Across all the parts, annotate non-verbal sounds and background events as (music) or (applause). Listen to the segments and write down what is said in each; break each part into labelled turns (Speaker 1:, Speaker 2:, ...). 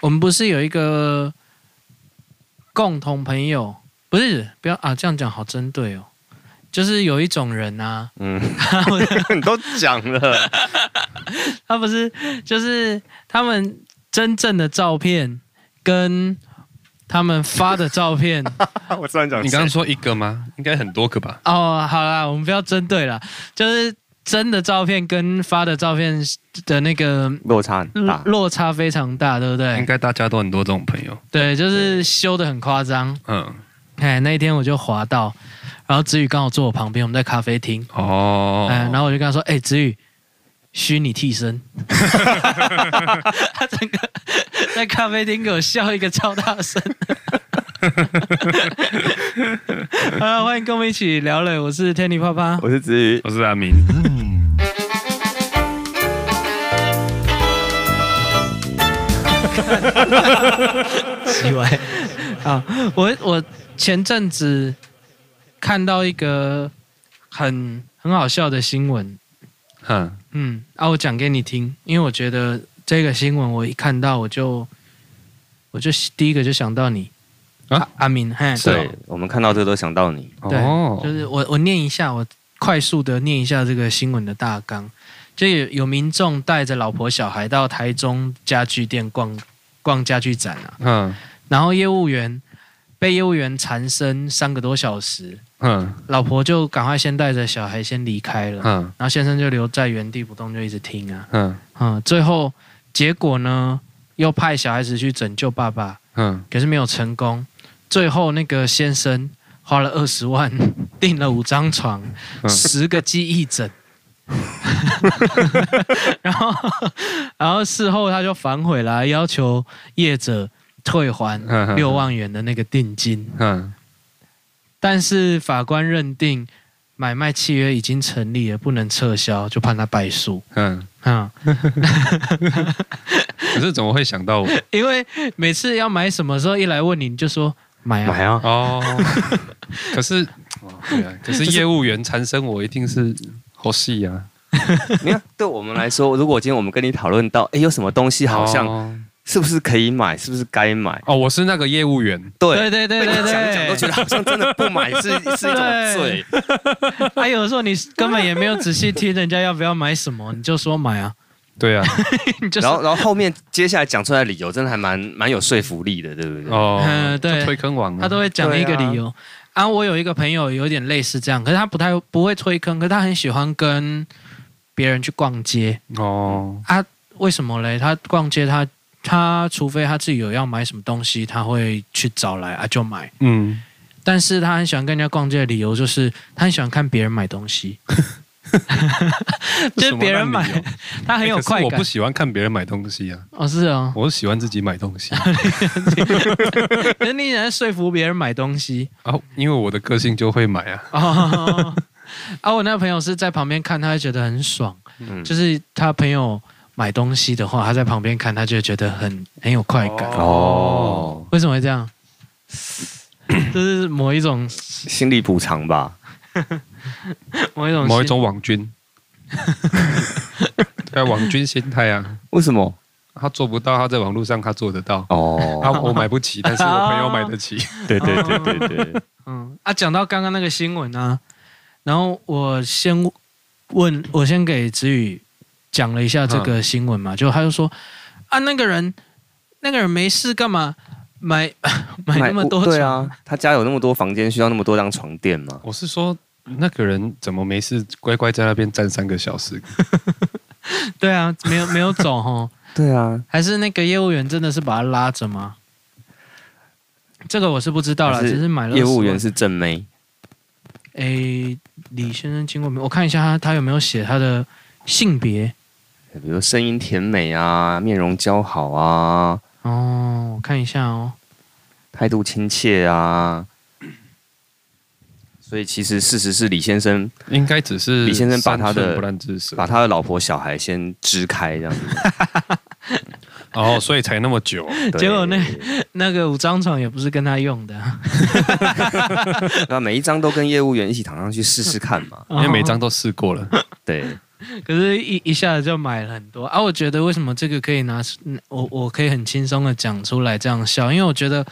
Speaker 1: 我们不是有一个共同朋友？不是，不要啊，这样讲好针对哦。就是有一种人啊，
Speaker 2: 嗯， (laughs) 你都讲了， (laughs)
Speaker 1: 他不是，就是他们真正的照片跟他们发的照片
Speaker 2: 我知道你
Speaker 1: (laughs)
Speaker 2: 讲谁。
Speaker 3: 你刚刚说一个吗？应该很多个吧？
Speaker 1: 哦，好啦，我们不要针对啦，就是真的照片跟发的照片的那个
Speaker 2: 落差很大，
Speaker 1: 落差非常大，对不
Speaker 3: 应
Speaker 1: 对？
Speaker 3: 该大家都很多这种朋友。
Speaker 1: 对，就是修的很夸张。
Speaker 3: 嗯，
Speaker 1: 哎，那一天我就滑到，然后子宇刚好坐我旁边，我们在咖啡厅，
Speaker 3: 哦，
Speaker 1: 哎，然后我就跟他说：“哎，子宇，虚拟替身。”他整个在咖啡厅给我笑一个超大声。好了，欢迎跟我们一起聊了，我是天尼爸爸。
Speaker 2: 我是子瑜，
Speaker 3: 我是阿明，
Speaker 1: 奇怪 (laughs) 啊！我我前阵子看到一个很很好笑的新闻，
Speaker 3: 哼，
Speaker 1: 嗯，啊，我讲给你听，因为我觉得这个新闻我一看到我就我就第一个就想到你
Speaker 3: 啊
Speaker 1: 啊，阿明，嘿，
Speaker 2: 对，我们看到这都想到你，
Speaker 1: 对
Speaker 3: 哦，
Speaker 1: 就是我我念一下，我快速的念一下这个新闻的大纲。就有有民众带着老婆小孩到台中家具店逛逛家具展啊，
Speaker 3: 嗯
Speaker 1: 然后业务员被业务员缠身三个多小时，
Speaker 3: 嗯
Speaker 1: 老婆就赶快先带着小孩先离开了，
Speaker 3: 嗯
Speaker 1: 然后先生就留在原地不动，就一直听啊，
Speaker 3: 嗯
Speaker 1: 嗯，最后结果呢，又派小孩子去拯救爸爸，
Speaker 3: 嗯，
Speaker 1: 可是没有成功，最后那个先生花了二十万 (laughs) 订了五张床，
Speaker 3: 嗯
Speaker 1: 十个记忆枕。 (laughs) 然后，然后事后他就反悔了，要求业者退还
Speaker 3: 嗯嗯
Speaker 1: 六万元的那个定金。
Speaker 3: 嗯
Speaker 1: 但是法官认定买卖契约已经成立了，不能撤销，就判他败诉。
Speaker 3: 嗯，
Speaker 1: 嗯，
Speaker 3: 可是怎么会想到
Speaker 1: (laughs)
Speaker 3: 我？
Speaker 1: 因为每次要买什么时候一来问你，你就说买啊，
Speaker 2: 买啊，
Speaker 3: 哦， (laughs) 可是，哦对啊可是业务员缠身我一定是好戏啊，
Speaker 2: (laughs) 你看，对我们来说，如果今天我们跟你讨论到，哎，有什么东西好像
Speaker 3: 哦
Speaker 2: 是不是可以买，是不是该买？
Speaker 3: 哦，我是那个业务员，
Speaker 2: 对，
Speaker 1: 对对对
Speaker 2: 被你
Speaker 1: 对
Speaker 2: 讲一讲都
Speaker 1: 对
Speaker 2: 觉得好像真的不买
Speaker 1: (laughs)
Speaker 2: 是是一种罪，
Speaker 1: 还啊有时候你根本也没有仔细听人家要不要买什么，你就说买啊，
Speaker 3: 对啊，
Speaker 1: 你就
Speaker 2: 然
Speaker 1: 说
Speaker 2: 后然后后面接下来讲出来的理由，真的还蛮蛮有说服力的，对不对？
Speaker 3: 哦，
Speaker 1: (laughs) 嗯对
Speaker 3: 就推坑王啊，
Speaker 1: 他都会讲一个理由。啊，我有一个朋友有点类似这样，可是他不太不会推坑，可是他很喜欢跟别人去逛街。
Speaker 3: 哦，
Speaker 1: 为什么嘞？他逛街他，他除非他自己有要买什么东西，他会去找来啊就买。
Speaker 3: 嗯，
Speaker 1: 但是他很喜欢跟人家逛街的理由就是他很喜欢看别人买东
Speaker 3: (laughs)
Speaker 1: 西，就是别人买
Speaker 3: 这什么烂理由
Speaker 1: 他很有
Speaker 3: 欸可是
Speaker 1: 快
Speaker 3: 我
Speaker 1: 感
Speaker 3: 不。喜欢看别人买东西啊，
Speaker 1: 哦，是哦，
Speaker 3: 我喜欢自己买东西
Speaker 1: 可是你也在说服别人买东
Speaker 3: (laughs)
Speaker 1: 西
Speaker 3: 啊，因为我的个性就会买啊。
Speaker 1: 哦。啊，我那个朋友是在旁边看，他会觉得很爽，
Speaker 2: 嗯，
Speaker 1: 就是他朋友买东西的话，他在旁边看，他就会觉得很很有快
Speaker 3: 哦
Speaker 1: 感。
Speaker 2: 哦，
Speaker 1: 为什么会这
Speaker 3: (clears throat)
Speaker 1: 样？这是某一种
Speaker 2: 心理补偿吧，
Speaker 1: 某一种
Speaker 3: 哦某一种网 (laughs) 军，对啊，网军心态啊，
Speaker 2: 为什么？
Speaker 3: 他做不到，他在网络上他做得到。
Speaker 1: 啊
Speaker 3: 他
Speaker 2: 哦，
Speaker 3: 我买不起，但是我朋友买得起。
Speaker 2: (laughs) 对
Speaker 1: 对对对
Speaker 2: 对，
Speaker 1: 嗯啊，讲到刚刚那个新闻啊，然后我先问，我先给子宇讲了一下
Speaker 2: 嗯
Speaker 1: 这个新闻嘛，就他就说啊，那个人那个人没事干嘛买 (laughs) 买那么多
Speaker 2: 对
Speaker 1: 床
Speaker 2: 啊，他家有那么多房间，需要那么多张床垫吗？
Speaker 3: (laughs) 我是说，那个人怎么没事乖乖在那边站三个小时？
Speaker 1: 对啊，没有没有走吼，
Speaker 2: 对啊，
Speaker 1: 还是那个业务员真的是把他拉着吗？这个我是不知道了，
Speaker 2: 还是
Speaker 1: 只是买了
Speaker 2: 业务
Speaker 1: 20万
Speaker 2: 员是正妹，
Speaker 1: 诶，李先生经过没？我看一下他他有没有写他的性别
Speaker 2: 比如声音甜美啊，面容姣好啊，
Speaker 1: 哦，我看一下哦。
Speaker 2: 态度亲切啊。所以其实事实是李先生
Speaker 3: 应该只是
Speaker 2: 李先生把他的
Speaker 3: 三寸不烂之舌
Speaker 2: 把，他的老婆小孩先支开这样子，
Speaker 3: 哦，所以才那么久。
Speaker 2: 对
Speaker 1: 结果那那个五张床也不是跟他用的啊，，
Speaker 2: 啊那每一张都跟业务员一起躺上去试试看嘛
Speaker 1: (laughs)
Speaker 3: 哦因为每张都试过了，
Speaker 2: 对，
Speaker 1: 哦可是一一下子就买了很多啊！我觉得为什么这个可以拿出，嗯我我可以很轻松的讲出来这样笑，因为我觉得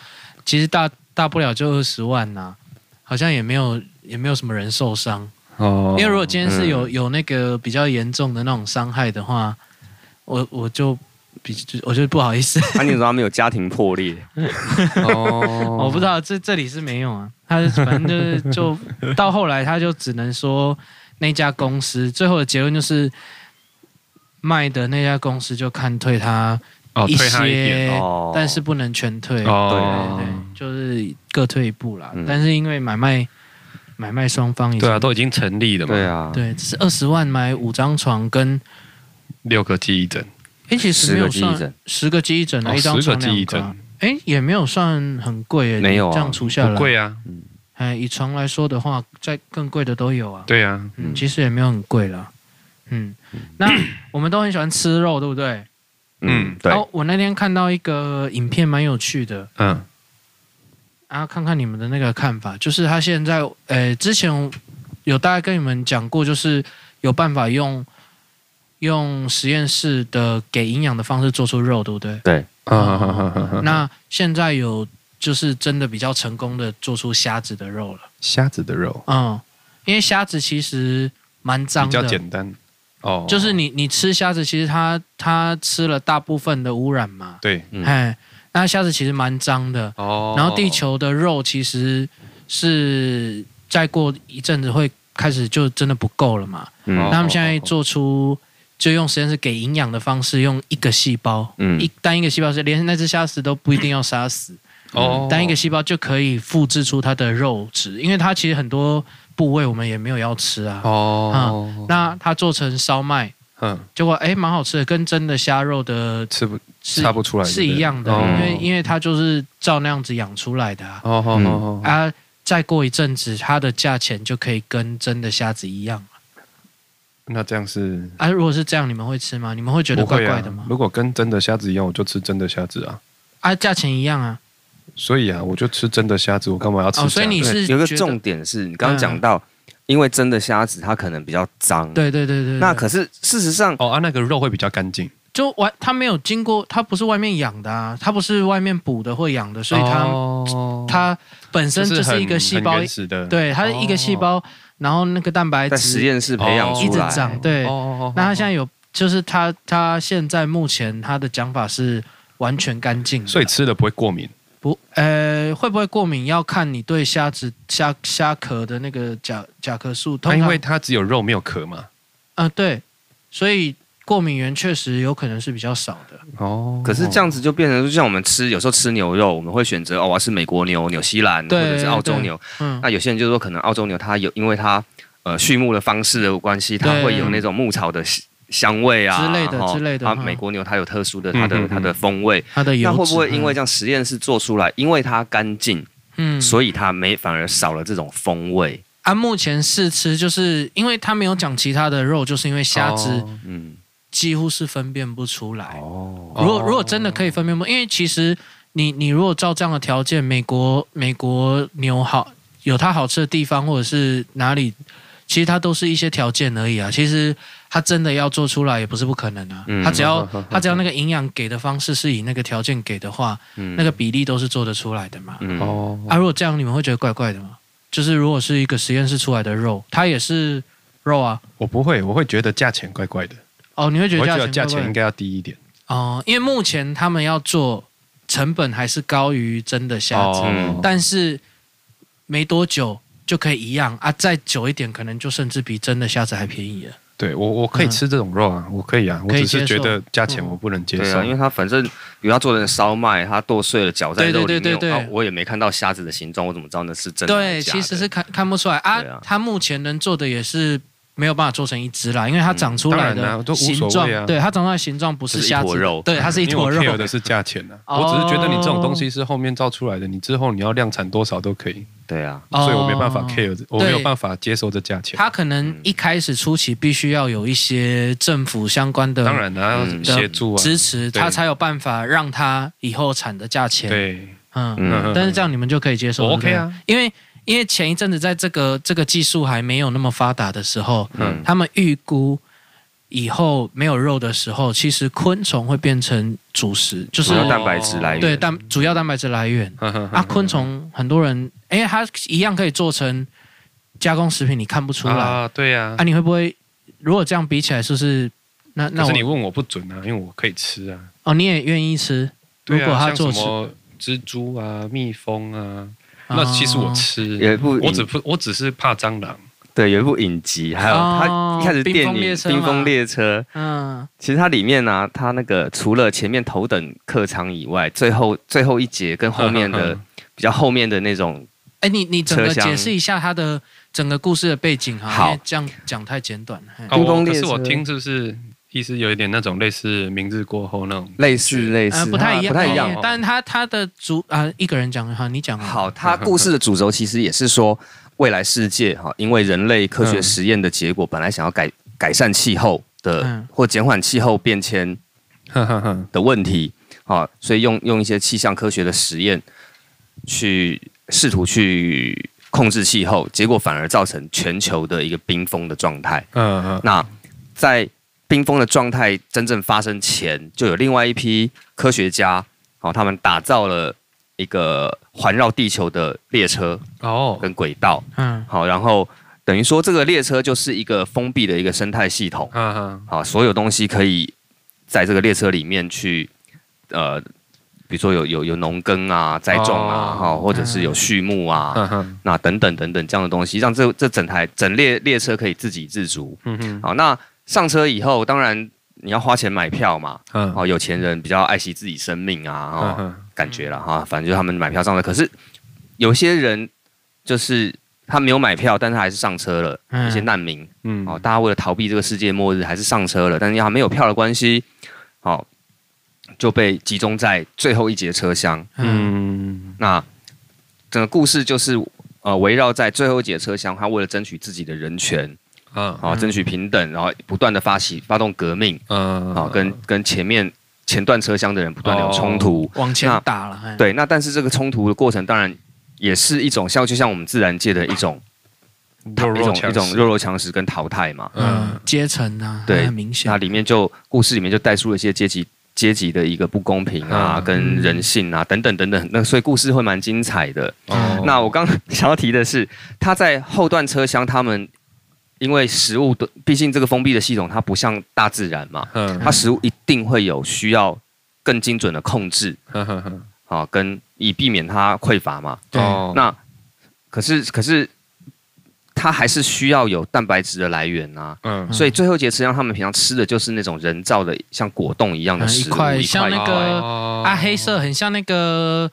Speaker 1: 其实大大不了就二十万呐、好像也没有也没有什么人受伤。
Speaker 3: 哦
Speaker 1: 因为如果今天是
Speaker 2: 嗯
Speaker 1: 有、有那个比较严重的那种伤害的话，我我就比我就不好意思，
Speaker 2: 那、啊你怎么没有家庭
Speaker 1: (laughs)
Speaker 2: 破裂？
Speaker 3: 哦
Speaker 1: 我不知道这这里是没有啊，他反正就是就到后来他就只能说那家公司最后的结论就是卖的那家公司就看退他，
Speaker 3: 哦，退他一
Speaker 1: 一些
Speaker 3: 点
Speaker 1: 哎
Speaker 2: 哦，
Speaker 1: 但是不能全退，
Speaker 3: 哦，
Speaker 1: 对对对，就是各退一步啦。
Speaker 2: 嗯
Speaker 1: 但是因为买卖买卖双方已经
Speaker 3: 对啊，都已经成立了嘛，
Speaker 2: 对，啊，
Speaker 1: 对，只是二十万买五张床跟
Speaker 3: 六个记忆枕，
Speaker 1: 哎，其实
Speaker 2: 十
Speaker 1: 没有
Speaker 2: 个记忆
Speaker 1: 算
Speaker 2: 枕
Speaker 1: 十个记忆枕啊，
Speaker 3: 哦
Speaker 1: 一张
Speaker 3: 十个
Speaker 1: 床
Speaker 3: 记
Speaker 1: 两
Speaker 3: 忆
Speaker 1: 个啊
Speaker 3: 枕，
Speaker 1: 哎，也没有算很贵耶，
Speaker 2: 没有啊
Speaker 1: 这样除下
Speaker 3: 不
Speaker 1: 来，
Speaker 3: 贵啊，
Speaker 1: 哎，以床来说的话，在更贵的都有啊。
Speaker 3: 对啊，
Speaker 1: 嗯，其实也没有很贵啦。嗯，那我们都很喜欢吃肉，对不对？
Speaker 2: 嗯
Speaker 3: 嗯，
Speaker 2: 对，
Speaker 1: 哦，我那天看到一个影片，蛮有趣的
Speaker 3: 嗯，
Speaker 1: 啊，看看你们的那个看法。就是他现在，呃，之前有大概跟你们讲过，就是有办法用用实验室的给营养的方式做出肉，对不对？
Speaker 3: 啊，
Speaker 1: 那现在有就是真的比较成功的做出虾子的肉了。
Speaker 3: 虾子的肉
Speaker 1: 嗯，因为虾子其实蛮脏
Speaker 3: 比较
Speaker 1: 的，
Speaker 3: 简单哦，
Speaker 1: 就是你你吃虾子，其实它它吃了大部分的污染嘛，
Speaker 3: 对
Speaker 2: 嗯
Speaker 1: 哎、那虾子其实蛮脏的。
Speaker 3: 哦，
Speaker 1: 然后地球的肉其实是再过一阵子会开始就真的不够了嘛。
Speaker 3: 哦
Speaker 2: 嗯
Speaker 1: 那他们现在做出就用实验室给营养的方式，用一个细胞。一
Speaker 2: 嗯
Speaker 1: 单一个细胞是连那只虾子都不一定要杀死，
Speaker 3: 哦，
Speaker 1: 单一个细胞就可以复制出它的肉质，因为它其实很多部位我们也没有要吃啊。
Speaker 3: 哦，
Speaker 1: 那它做成烧麦，
Speaker 3: 嗯，
Speaker 1: 结果哎，蛮好吃的，跟真的虾肉的
Speaker 3: 吃不
Speaker 1: 是
Speaker 3: 差不哦出来
Speaker 1: 是一样的，因为因为它就是照那样子养出来的啊。
Speaker 3: 哦哦哦
Speaker 1: 啊，再过一阵子，它的价钱就可以跟真的虾子一样了
Speaker 3: 那这样是
Speaker 1: 啊。如果是这样，你们会吃吗？你们会觉得
Speaker 3: 不
Speaker 1: 怪
Speaker 3: 会
Speaker 1: 怪
Speaker 3: 啊
Speaker 1: 的吗？
Speaker 3: 如果跟真的虾子一样，我就吃真的虾子啊。
Speaker 1: 啊价钱一样啊。
Speaker 3: 所以啊，我就吃真的虾子，我干嘛要吃假
Speaker 1: 哦，
Speaker 3: 的？
Speaker 1: 所以你是
Speaker 2: 对有一个
Speaker 1: 觉得
Speaker 2: 重点是你刚
Speaker 1: 嗯
Speaker 2: 刚讲到，因为真的虾子它可能比较脏，，
Speaker 1: 对对对对对，
Speaker 2: 那可是事实上，
Speaker 3: 哦啊，那个肉会比较干净，
Speaker 1: 就完，它没有经过，它不是外面养的啊，它不是外面捕的或养的，所以它、
Speaker 3: 哦
Speaker 1: 它本身
Speaker 3: 就
Speaker 1: 就是一个
Speaker 3: 很
Speaker 1: 细胞
Speaker 3: 很原，始的，
Speaker 1: 对，它是一个细胞，然后那个蛋白
Speaker 2: 在
Speaker 1: 质
Speaker 2: 实验室培养
Speaker 3: 哦
Speaker 1: 一
Speaker 2: 出
Speaker 1: 直
Speaker 2: 来，
Speaker 1: 长，对
Speaker 3: 哦，哦，
Speaker 1: 那他现在
Speaker 3: 在
Speaker 1: 有，就是他他现在目前他的讲法是完全干净的，
Speaker 3: 所以吃了不会过敏
Speaker 1: 不呃会不会过敏要看你对虾子虾虾壳的那个甲甲壳素，
Speaker 3: 它
Speaker 1: 通
Speaker 3: 啊因
Speaker 1: 常
Speaker 3: 为它只有肉没有壳嘛。
Speaker 1: 呃对，所以过敏源确实有可能是比较少的，
Speaker 3: 哦
Speaker 2: 可是这样子就变成，就像我们吃有时候吃牛肉，我们会选择哦，我要吃美国牛、纽西兰或
Speaker 1: 对
Speaker 2: 者是澳洲
Speaker 1: 对
Speaker 2: 牛。
Speaker 1: 嗯，
Speaker 2: 那有些人就说，可能澳洲牛它有，因为它呃畜牧的方式的关系，它
Speaker 1: 对
Speaker 2: 会有那种牧草的香香味啊
Speaker 1: 之类的
Speaker 2: 齁
Speaker 1: 之类的
Speaker 2: 它
Speaker 1: 嗯
Speaker 2: 美国牛它有特殊的它
Speaker 3: 嗯
Speaker 2: 的
Speaker 3: 嗯
Speaker 2: 它的风味。
Speaker 1: 它的油
Speaker 2: 那
Speaker 1: 脂
Speaker 2: 会不会因为
Speaker 1: 嗯
Speaker 2: 这样实验室做出来，因为它干净，
Speaker 1: 嗯，
Speaker 2: 所以它没反而少了这种风味？
Speaker 1: 啊目前试吃就是因为他没有讲其他的肉，就是因为虾
Speaker 3: 哦
Speaker 1: 子
Speaker 2: 嗯，
Speaker 1: 几乎是分辨不出来。
Speaker 2: 哦，
Speaker 1: 如果如果真的可以分辨不，因为其实你你如果照这样的条件，美国美国牛好有它好吃的地方，或者是哪里，其实它都是一些条件而已啊。其实它真的要做出来也不是不可能啊。
Speaker 2: 嗯
Speaker 1: 它只
Speaker 3: (laughs)
Speaker 1: 要它只要那
Speaker 3: 个
Speaker 1: 个营养给的方式是以那个条件给的话，
Speaker 2: 嗯
Speaker 1: 那个比例都是做得出来的嘛。
Speaker 2: 嗯
Speaker 3: 哦
Speaker 1: 啊，如果这样你们会觉得怪怪的吗？就是如果是一个实验室出来的肉，它也是肉啊。
Speaker 3: 我不会，我会觉得价钱怪怪的，
Speaker 1: 哦，你会觉
Speaker 3: 我
Speaker 1: 得价
Speaker 3: 会
Speaker 1: 钱
Speaker 3: 觉得价
Speaker 1: 怪怪
Speaker 3: 钱
Speaker 1: 的
Speaker 3: 应该要低一点。
Speaker 1: 哦，因为目前他们要做成本还是高于真的虾子，
Speaker 3: 哦
Speaker 1: 但是没多久就可以一样啊，再久一点可能就甚至比真的虾子还便宜了。
Speaker 3: 对我我可以
Speaker 1: 嗯
Speaker 3: 吃这种肉啊，我可以啊，我
Speaker 1: 可以
Speaker 3: 只是
Speaker 1: 接
Speaker 3: 觉
Speaker 1: 受
Speaker 3: 得价钱
Speaker 1: 嗯
Speaker 3: 我不能接
Speaker 2: 对
Speaker 3: 受
Speaker 2: 啊，因，为它反正比如它做成烧麦，它剁碎了搅在
Speaker 1: 对对
Speaker 2: 肉里面，
Speaker 1: 对对对
Speaker 2: 啊我也没看到虾子的形状，我怎么知道那是真的还
Speaker 1: 对，
Speaker 2: 是假
Speaker 1: 其
Speaker 2: 的？
Speaker 1: 实是看看不出来啊
Speaker 2: 对啊，
Speaker 1: 它、目前能做的也是。没有办法做成一只啦，因为它长出来
Speaker 3: 嗯当然啦
Speaker 1: 的
Speaker 3: 都无所谓
Speaker 1: 形状，
Speaker 3: 啊
Speaker 1: 对它长出来的形状不是
Speaker 2: 就是一
Speaker 1: 虾
Speaker 2: 坨
Speaker 1: 子的
Speaker 2: 肉
Speaker 1: 对，它是一
Speaker 3: 因为我
Speaker 1: 坨肉。
Speaker 3: care 的是价钱啊，
Speaker 1: 哦
Speaker 3: 我只是觉得你这种东西是后面造出来的，你之后你要量产多少都可以，
Speaker 2: 对啊，
Speaker 1: 哦
Speaker 3: 所以我没办法 care，我没有办法接受这价钱。
Speaker 1: 它可能一开始初期必须要有一些政府相关的
Speaker 3: 当然啦，
Speaker 2: 嗯
Speaker 3: 协助啊，
Speaker 1: 支持，
Speaker 3: 对
Speaker 1: 它才有办法让它以后产的价钱。
Speaker 3: 对，
Speaker 1: 嗯，
Speaker 2: 嗯
Speaker 3: 嗯
Speaker 1: 但是这样你们就可以接受。
Speaker 3: 我
Speaker 1: 对不对
Speaker 3: OK 啊，
Speaker 1: 因为因为前一阵子在这个这个技术还没有那么发达的时候，
Speaker 2: 嗯
Speaker 1: 他们预估以后没有肉的时候，其实昆虫会变成主食，就是
Speaker 2: 主要蛋白质来源
Speaker 1: 对蛋主要蛋白质来源。
Speaker 3: 嗯
Speaker 1: 啊，昆虫很多人，哎、它一样可以做成加工食品，你看不出来啊
Speaker 3: 啊，对呀、
Speaker 1: 你会不会？如果这样比起来，是不是？那那
Speaker 3: 可
Speaker 1: 我
Speaker 3: 是你问我不准啊，因为我可以吃啊。
Speaker 1: 哦，你也愿意吃？
Speaker 3: 对
Speaker 1: 如果
Speaker 3: 啊，
Speaker 1: 他
Speaker 3: 像
Speaker 1: 做
Speaker 3: 什
Speaker 1: 吃
Speaker 3: 么蜘蛛啊、蜜蜂啊，那其实我
Speaker 1: 哦
Speaker 3: 吃，
Speaker 2: 有一部
Speaker 3: 我
Speaker 2: 影
Speaker 3: 只不我只是怕蟑螂。
Speaker 2: 对有一部影集，还有
Speaker 1: 哦
Speaker 2: 它一开始
Speaker 1: 冰
Speaker 2: 电
Speaker 1: 封
Speaker 2: 影
Speaker 1: 列
Speaker 2: 《
Speaker 1: 车
Speaker 2: 冰
Speaker 1: 嘛
Speaker 2: 封列车》，
Speaker 1: 嗯，
Speaker 2: 其实它里面呢、啊它那个除了前面头等客舱以外，最后最后一节跟后面 (laughs)
Speaker 3: (laughs)
Speaker 2: 的比较后面的那种，
Speaker 1: 哎、你你整个
Speaker 2: 车厢
Speaker 1: 解释一下它的整个故事的背景哈，
Speaker 2: 好
Speaker 1: 因为这样讲太简短了。嘿
Speaker 3: 哦，
Speaker 2: 冰封
Speaker 3: 我可
Speaker 2: 列
Speaker 3: 是我
Speaker 2: 车
Speaker 3: 听是不是意思有一点那种类似明日过
Speaker 1: (laughs)
Speaker 3: 后那种？
Speaker 2: 类似类似、
Speaker 1: 呃，不太
Speaker 2: 它
Speaker 1: 一样，
Speaker 2: 不太一
Speaker 3: 样
Speaker 1: 哎
Speaker 3: 哦
Speaker 1: 但他他的主啊、一个人讲哈，你讲
Speaker 2: 好，它故事的主轴其实也是说，未来世界哈，因为人类科学实验的结果，本来想要改改善气候的、
Speaker 1: 嗯
Speaker 2: 或减缓气候变迁
Speaker 3: 哈哈哈，
Speaker 2: 的问题啊，所以用用一些气象科学的实验去试图去控制气候，结果反而造成全球的一个冰封的状态。
Speaker 3: 嗯嗯，
Speaker 2: 那在冰封的状态真正发生前，就有另外一批科学家，哦，他们打造了一个环绕地球的列车
Speaker 3: 哦，
Speaker 2: 跟轨道，
Speaker 1: 嗯
Speaker 2: 好，然后等于说这个列车就是一个封闭的一个生态系统，
Speaker 3: 哈哈，
Speaker 2: 好，所有东西可以在这个列车里面去，呃。比如说有有有农耕啊、栽种啊，
Speaker 3: 哦嗯
Speaker 2: 哈、或者是有畜牧啊，
Speaker 3: 哈哈，
Speaker 2: 那等等等等这样的东西，让这这整台整列列车可以自给自足。
Speaker 3: 嗯哼，
Speaker 2: 好，那上车以后，当然你要花钱买票嘛。
Speaker 3: 嗯，
Speaker 2: 哦，有钱人比较爱惜自己生命啊，
Speaker 3: 哈
Speaker 2: 哦，
Speaker 3: 哈，
Speaker 2: 感觉了哈、反正就是他们买票上车。可是有些人就是他没有买票，但是还是上车了。
Speaker 1: 嗯
Speaker 2: 一些难民
Speaker 3: 嗯，
Speaker 2: 哦，大家为了逃避这个世界末日，还是上车了，但是因为他没有票的关系，哦，就被集中在最后一节车厢。
Speaker 1: 嗯
Speaker 3: 嗯，
Speaker 2: 那整个故事就是呃围绕在最后一节车厢，他为了争取自己的人权，
Speaker 3: 啊，
Speaker 2: 啊，
Speaker 1: 嗯
Speaker 2: 争取平等，然后不断的发起发动革命
Speaker 3: 嗯，哦
Speaker 2: 啊，跟跟前面前段车厢的人不断的有冲突。
Speaker 1: 往前
Speaker 2: 那
Speaker 1: 打了，嘿，
Speaker 2: 对，那但是这个冲突的过程，当然也是一种像就像我们自然界的一种
Speaker 3: 肉
Speaker 2: 一
Speaker 3: 肉
Speaker 2: 种
Speaker 3: 强
Speaker 2: 一种
Speaker 3: 食
Speaker 2: 弱肉强食跟淘汰嘛。
Speaker 1: 嗯
Speaker 3: 嗯，
Speaker 1: 阶层啊，
Speaker 2: 对
Speaker 1: 很明显
Speaker 2: 那，里面就故事里面就带出了一些阶级阶级的一个不公平啊，
Speaker 3: 嗯
Speaker 2: 跟人性啊等等等等。那所以故事会蛮精彩的。
Speaker 3: 哦
Speaker 2: 嗯那我刚 (laughs) 想要提的是，他在后段车厢，他们因为食物的，毕竟这个封闭的系统，它不像大自然嘛，
Speaker 3: 嗯，
Speaker 2: 它食物一定会有需要更精准的控制
Speaker 3: 哈哈哈，
Speaker 2: 啊，跟以避免它匮乏嘛。
Speaker 1: 对
Speaker 3: 哦
Speaker 2: 那可是可是它还是需要有蛋白质的来源啊。
Speaker 3: 嗯
Speaker 2: 所以最后节实际上他们平常吃的就是那种人造的，像果冻一样的
Speaker 1: 嗯
Speaker 2: 食物，
Speaker 1: 一块像那个
Speaker 3: 哦
Speaker 1: 啊，黑色很像那个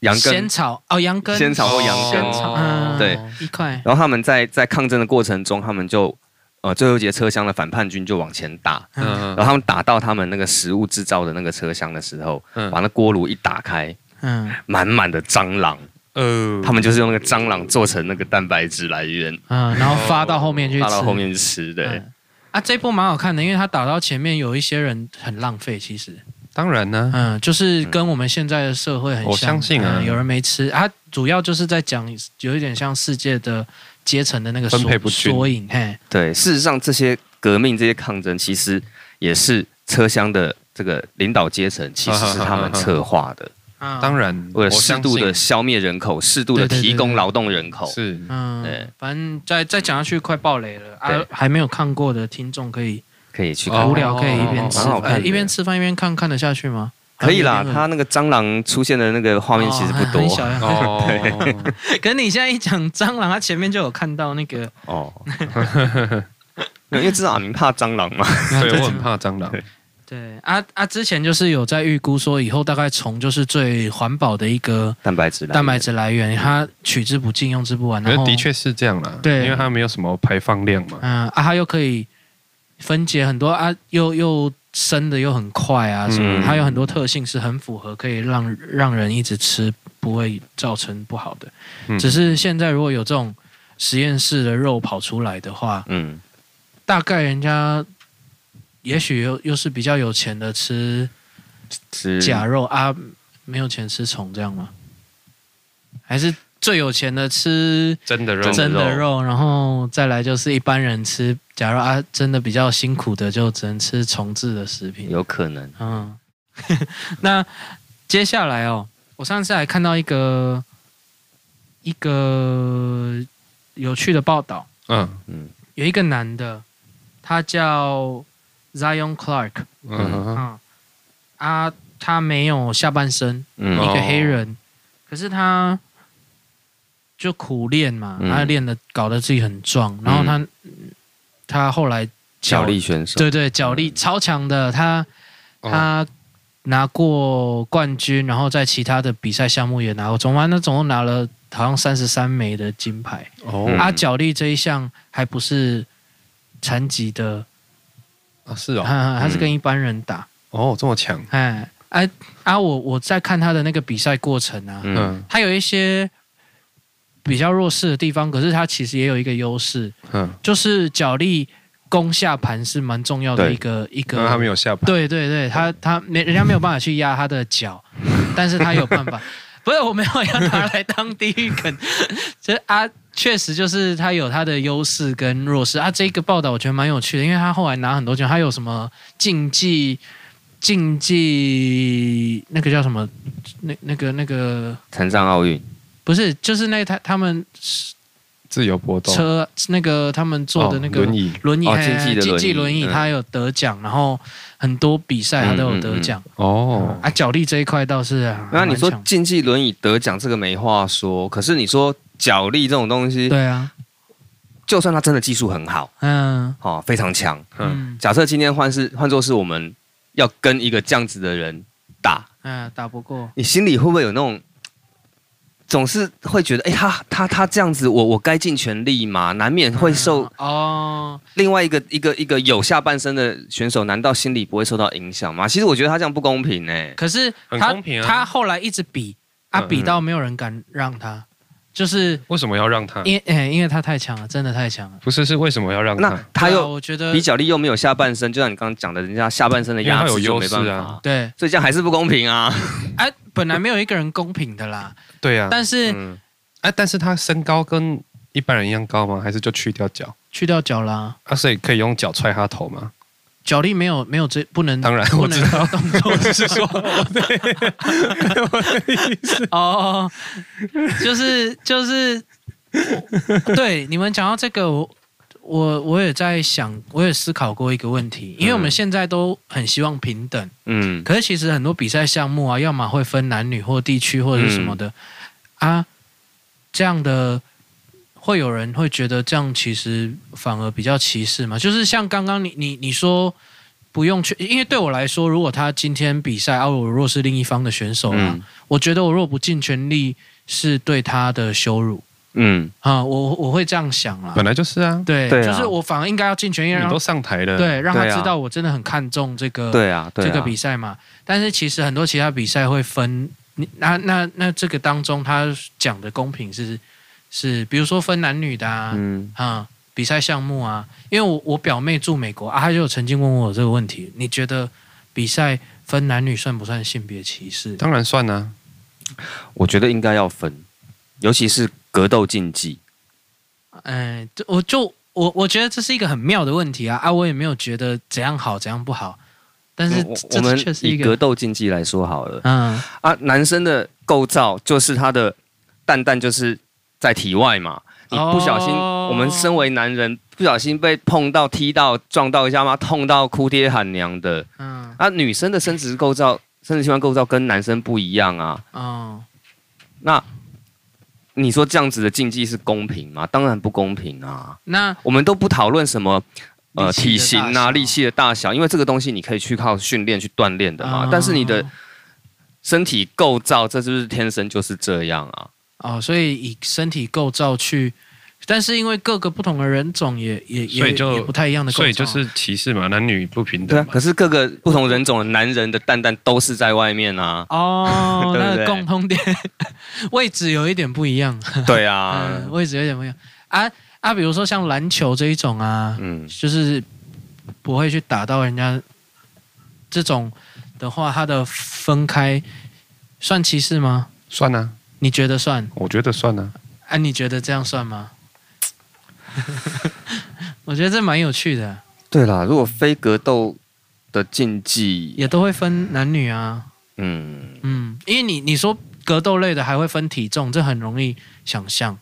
Speaker 2: 羊
Speaker 1: 仙
Speaker 2: 羹。
Speaker 1: 草哦，羊羹，
Speaker 2: 仙草或羊
Speaker 3: 哦
Speaker 1: 仙
Speaker 2: 羹
Speaker 1: 草，嗯，
Speaker 2: 对，
Speaker 1: 一块，
Speaker 2: 然后他们在在抗争的过程中，他们就呃最后节车厢的反叛军就往前打，
Speaker 1: 嗯
Speaker 2: 然后他们打到他们那个食物制造的那个车厢的时候，
Speaker 3: 嗯
Speaker 2: 把那锅炉一打开，
Speaker 1: 嗯
Speaker 2: 满满的蟑螂。
Speaker 3: 呃
Speaker 2: 他们就是用那个蟑螂做成那个蛋白质来源，
Speaker 1: 嗯，然后发到后面去吃，
Speaker 2: 拉到后面吃的、
Speaker 1: 嗯啊，这部蛮好看的，因为他打到前面有一些人很浪费，其实，
Speaker 3: 当然呢，
Speaker 1: 嗯，就是跟我们现在的社会很像。
Speaker 3: 我相信啊
Speaker 1: 嗯有人没吃，它主要就是在讲有一点像世界的阶层的那个缩
Speaker 3: 分配不均
Speaker 1: 缩影，嘿，
Speaker 2: 对，事实上这些革命、这些抗争，其实也是车厢的这个领导
Speaker 1: (laughs)
Speaker 2: 阶层，其实是他们策划的，
Speaker 1: 嗯
Speaker 3: 当，然，
Speaker 2: 为了
Speaker 3: 我
Speaker 2: 适
Speaker 3: 相
Speaker 2: 度的
Speaker 3: 信
Speaker 2: 消灭人口，适度的
Speaker 1: 对对对
Speaker 2: 提供劳动人口。
Speaker 3: (laughs) 是
Speaker 1: 嗯
Speaker 2: 对，
Speaker 1: 反正再再讲下去快爆雷了啊
Speaker 2: 对！
Speaker 1: 还没有看过的听众可以
Speaker 2: 可以去
Speaker 3: 哦
Speaker 2: 看
Speaker 1: 无，聊可以一边吃
Speaker 2: 蛮好看
Speaker 1: 饭
Speaker 2: 的
Speaker 1: 一边吃饭一边看，看得下去吗？
Speaker 2: 可以
Speaker 1: 还
Speaker 2: 啦。
Speaker 1: 有一点
Speaker 2: 他那个蟑螂出现的那个画面其实
Speaker 1: 哦
Speaker 2: 不
Speaker 1: 很
Speaker 2: 多
Speaker 1: 小呀。
Speaker 3: 哦，
Speaker 1: (laughs) 可是你现在一讲蟑螂，他前面就有看到那个，
Speaker 2: 哦，
Speaker 1: (laughs)
Speaker 2: 因为至少阿明怕蟑螂嘛。
Speaker 3: 对 (laughs) 我很怕蟑螂，
Speaker 1: 对啊啊！之前就是有在预估说，以后大概虫就是最环保的一个
Speaker 2: 蛋白质来源，
Speaker 1: 蛋白质来源，它取之不尽，用之不完。
Speaker 3: 可
Speaker 1: 然
Speaker 3: 是
Speaker 1: 后
Speaker 3: 的，确是这样啦，
Speaker 1: 对
Speaker 3: 因为它没有什么排放量嘛，
Speaker 1: 嗯啊，它又可以分解很多啊，又又生的又很快啊，什么的，
Speaker 2: 嗯
Speaker 1: 它有很多特性是很符合，可以让让人一直吃，不会造成不好的。
Speaker 3: 嗯
Speaker 1: 只是现在如果有这种实验室的肉跑出来的话，
Speaker 2: 嗯，
Speaker 1: 大概人家也许又又是比较有钱的吃
Speaker 2: 是嗯
Speaker 1: 假肉啊，没有钱吃虫这样吗？还是最有钱的吃
Speaker 3: 真的肉，
Speaker 1: 真
Speaker 2: 真的
Speaker 1: 的
Speaker 2: 肉
Speaker 1: 肉，然后再来就是一般人吃，假如啊真的比较辛苦的，就只能吃重制的食品。
Speaker 2: 有可能。
Speaker 1: 嗯， (laughs) 那接下来哦，我上次还看到一个一个有趣的报道，
Speaker 3: 嗯
Speaker 2: 嗯
Speaker 1: 有一个男的，他叫 Zion Clark，
Speaker 3: 嗯
Speaker 1: 嗯啊，他没有下半身，
Speaker 2: 嗯
Speaker 1: 一
Speaker 3: 哦
Speaker 1: 个黑人，可是他就苦练嘛，
Speaker 2: 嗯
Speaker 1: 他练的搞得自己很壮，然后他、他后来脚
Speaker 2: 小力选手，
Speaker 1: 对对脚力超强的，他
Speaker 3: 嗯，
Speaker 1: 他拿过冠军，然后在其他的比赛项目也拿过，总完他总共拿了好像三十三枚的金牌。
Speaker 3: 哦
Speaker 1: 啊，脚力这一项还不是残疾的，
Speaker 3: 啊是哦，
Speaker 1: 他他是跟一般人打，
Speaker 3: 哦这么强，
Speaker 1: 哎哎啊，我我在看他的那个比赛过程啊，
Speaker 2: 嗯
Speaker 3: 嗯
Speaker 1: 他有一些比较弱势的地方，可是他其实也有一个优势，
Speaker 3: 嗯，
Speaker 1: 就是脚力攻下盘是蛮重要的
Speaker 2: 对
Speaker 1: 一个一
Speaker 3: 刚刚他
Speaker 1: 个
Speaker 3: 没。有下盘，
Speaker 1: 对对对，他他没人家没有办法去压他的脚，但是他有办
Speaker 3: (laughs)
Speaker 1: 法。不是我没有要拿来当地狱梗，这啊确实就是他有他的优势跟弱势啊。这个报道我觉得蛮有趣的，因为他后来拿很多奖，他有什么竞技竞技那个叫什么那那个那个
Speaker 2: 残障奥运，
Speaker 1: 不是，就是那个他他们
Speaker 3: 自由搏动，
Speaker 1: 车那个他们坐的那个
Speaker 3: 哦轮椅
Speaker 1: 轮椅，
Speaker 2: 哦
Speaker 1: 嘿
Speaker 2: 竞技的
Speaker 1: 竞技
Speaker 2: 轮
Speaker 1: 轮
Speaker 2: 椅
Speaker 1: 椅，
Speaker 2: 嗯
Speaker 1: 他有得奖，然后很多比赛他都有得奖
Speaker 3: 哦，
Speaker 1: 啊。脚力这一块倒是啊，
Speaker 2: 那你说
Speaker 1: 蛮强
Speaker 2: 竞技轮椅得奖这个没话说，可是你说脚力这种东西，
Speaker 1: 对啊，
Speaker 2: 就算他真的技术很好，
Speaker 1: 嗯
Speaker 2: 哦，非常强，
Speaker 3: 嗯
Speaker 1: 嗯
Speaker 2: 假设今天换是换作是我们要跟一个这样子的人打，
Speaker 1: 嗯，打不过，
Speaker 2: 你心里会不会有那种？总是会觉得，哎、他他他这样子，我我该尽全力吗？难免会受
Speaker 1: 嗯哦，
Speaker 2: 另外一个一个一个有下半身的选手，难道心里不会受到影响吗？其实我觉得他这样不公平呢、哎
Speaker 1: 可是
Speaker 3: 很
Speaker 1: 他
Speaker 3: 公平啊
Speaker 1: 他后来一直比啊，
Speaker 3: 嗯
Speaker 1: 比到没有人敢让他，就是
Speaker 3: 为什么要让他？
Speaker 1: 因哎因为他太强了，真的太强了。
Speaker 3: 不是是为什么要让
Speaker 2: 那
Speaker 3: 他？
Speaker 2: 他
Speaker 1: 对啊
Speaker 2: 又
Speaker 1: 我觉得
Speaker 2: 比脚力又没有下半身，就像你刚刚讲的，人家下半身的压制就没办
Speaker 3: 因为他有优势
Speaker 2: 法
Speaker 3: 啊，
Speaker 1: 对，
Speaker 2: 所以这样还是不公平啊。
Speaker 1: 哎，本来没有一个人公平的啦，
Speaker 3: 对呀，
Speaker 1: 但是
Speaker 2: 嗯，
Speaker 3: 哎，但是他身高跟一般人一样高吗？还是就去掉脚？
Speaker 1: 去掉脚啦。
Speaker 3: 啊，所以可以用脚踹他头吗？
Speaker 1: 脚力没有没有这不能，
Speaker 3: 当然
Speaker 1: 不
Speaker 3: 我
Speaker 1: 能
Speaker 3: 知道
Speaker 1: 动作
Speaker 3: 是 (laughs) 说，
Speaker 1: 哦，就是就是，对你们讲到这个，我我我也在想，我也思考过一个问题，因为我
Speaker 3: 嗯
Speaker 1: 们现在都很希望平等，
Speaker 2: 嗯，
Speaker 1: 可是其实很多比赛项目啊，要么会分男女或地区或者是什么的、
Speaker 2: 嗯
Speaker 1: 啊，这样的会有人会觉得这样其实反而比较歧视嘛？就是像刚刚你你你说不用去，因为对我来说，如果他今天比赛啊，我若是另一方的选手啊，
Speaker 2: 嗯
Speaker 1: 我觉得我若不尽全力是对他的羞辱
Speaker 2: 嗯，
Speaker 1: 啊，我我会这样想啦
Speaker 3: 本。来就是啊，
Speaker 1: 对，
Speaker 2: 对啊
Speaker 1: 就是我反而应该要尽全力
Speaker 3: 你都
Speaker 1: 让
Speaker 3: 上台了，，
Speaker 1: 啊对让他
Speaker 2: 对啊
Speaker 1: 知道我真的很看重这个
Speaker 2: 对啊，对啊，
Speaker 1: 这个比赛嘛。但是其实很多其他比赛会分，你那那那这个当中他讲的公平是是，比如说分男女的啊，啊、
Speaker 2: 嗯
Speaker 1: 比赛项目啊。因为我我表妹住美国啊，她就有曾经问我这个问题，你觉得比赛分男女算不算性别歧视？
Speaker 3: 当然算啊，
Speaker 2: 我觉得应该要分，尤其是格斗竞技。
Speaker 1: 嗯、就我就我我觉得这是一个很妙的问题啊啊，我也没有觉得怎样好怎样不好，但是
Speaker 2: 我
Speaker 1: 这
Speaker 2: 我
Speaker 1: 这
Speaker 2: 们
Speaker 1: 确实
Speaker 2: 以
Speaker 1: 一
Speaker 2: 格
Speaker 1: 个
Speaker 2: 斗竞技来说好了 (laughs)
Speaker 1: 嗯
Speaker 2: 啊，男生的构造就是他的蛋蛋就是在体外嘛，你不小心，
Speaker 1: 哦
Speaker 2: 我们身为男人不小心被碰到、踢到、撞到一下嘛，痛到哭爹喊娘的。
Speaker 1: 嗯
Speaker 2: 啊，女生的生殖构造、生殖器官构造跟男生不一样啊，
Speaker 1: 哦
Speaker 2: 那。你说这样子的竞技是公平吗？当然不公平啊！
Speaker 1: 那
Speaker 2: 我们都不讨论什么呃
Speaker 1: 力气的
Speaker 2: 体型
Speaker 1: 大小
Speaker 2: 啊、力气的大小，因为这个东西你可以去靠训练去锻炼的嘛。
Speaker 1: 哦
Speaker 2: 但是你的身体构造，这就是天生就是这样啊。
Speaker 1: 哦，所以以身体构造去，但是因为各个不同的人种也也
Speaker 3: 所
Speaker 1: 也
Speaker 3: 以就
Speaker 1: 也不太一样的构造，。
Speaker 3: 所以就是歧视嘛，男女不平
Speaker 2: 对啊
Speaker 3: 等，嘛。
Speaker 2: 可是各个不同人种的男人的蛋蛋都是在外面啊
Speaker 1: (laughs)
Speaker 3: (laughs)
Speaker 1: 哦，
Speaker 2: 对
Speaker 1: 那个
Speaker 2: 不对
Speaker 1: 共通点位置有一点不一样，
Speaker 2: 对
Speaker 1: 嗯，
Speaker 2: 啊，
Speaker 1: 位置有点不一样啊啊，比如说像篮球这一种啊，
Speaker 2: 嗯，
Speaker 1: 就是不会去打到人家这种的话，它的分开算歧视吗？
Speaker 3: 算啊，
Speaker 1: 你觉得算？
Speaker 3: 我觉得算啊了、
Speaker 1: 哎、你觉得这样算吗？ (laughs) 我觉得这蛮有趣的，啊
Speaker 2: 对啦，如果非格斗的竞技，
Speaker 1: 也都会分男女啊。
Speaker 2: 嗯，
Speaker 1: 嗯，因为你你说格斗类的还会分体重，这很容易想象，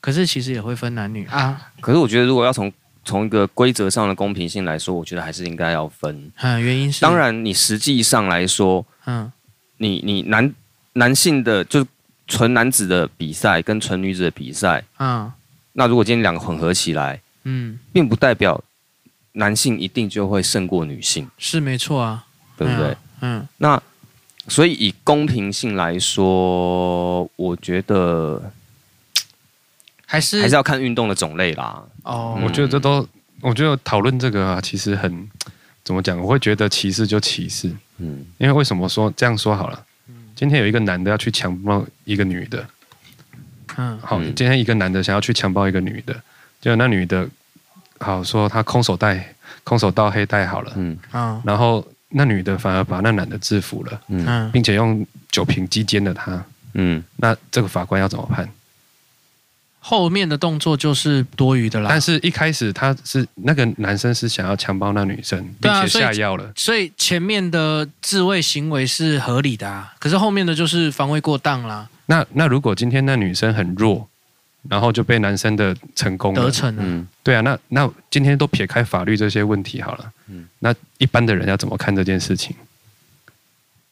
Speaker 1: 可是其实也会分男女啊。
Speaker 2: 可是我觉得如果要从从一个规则上的公平性来说，我觉得还是应该要分。
Speaker 1: 嗯，原因是
Speaker 2: 当，然，你实际上来说，
Speaker 1: 嗯
Speaker 2: 你你男男性的就是纯男子的比赛跟纯女子的比赛，
Speaker 1: 嗯
Speaker 2: 那如果今天两个混合起来，
Speaker 1: 嗯，
Speaker 2: 并不代表男性一定就会胜过女性，
Speaker 1: 是没错啊，
Speaker 2: 对不对？
Speaker 1: 啊？嗯
Speaker 2: 那所以以公平性来说，我觉得
Speaker 1: 还是
Speaker 2: 还是要看运动的种类啦。
Speaker 1: 哦，
Speaker 3: 我觉得这都，我觉得讨论这个啊，其实很怎么讲？我会觉得歧视就歧视，
Speaker 2: 嗯，
Speaker 3: 因为为什么说这样说好了？今天有一个男的要去强暴一个女的，
Speaker 1: 嗯
Speaker 3: 好，
Speaker 2: 嗯
Speaker 3: 今天一个男的想要去强暴一个女的，结果那女的好说他空手带空手道黑带好了，
Speaker 2: 嗯
Speaker 1: 嗯
Speaker 3: 然后那女的反而把那男的制服了，
Speaker 2: 嗯
Speaker 1: 嗯，
Speaker 3: 并且用酒瓶击奸了他，
Speaker 2: 嗯，
Speaker 3: 那这个法官要怎么判？
Speaker 1: 后面的动作就是多余的啦
Speaker 3: 但。是一开始他是那个男生是想要强暴那女生，
Speaker 1: 对
Speaker 3: 并
Speaker 1: 啊
Speaker 3: 且
Speaker 1: 所以
Speaker 3: 下药了，
Speaker 1: 所以前面的自卫行为是合理的啊，可是后面的就是防卫过当啦，
Speaker 3: 那那如果今天那女生很弱，然后就被男生的成功
Speaker 1: 得
Speaker 3: 了，
Speaker 1: 逞了。
Speaker 2: 嗯
Speaker 3: 对啊，那那今天都撇开法律这些问题好了，
Speaker 2: 嗯
Speaker 3: 那一般的人要怎么看这件事情？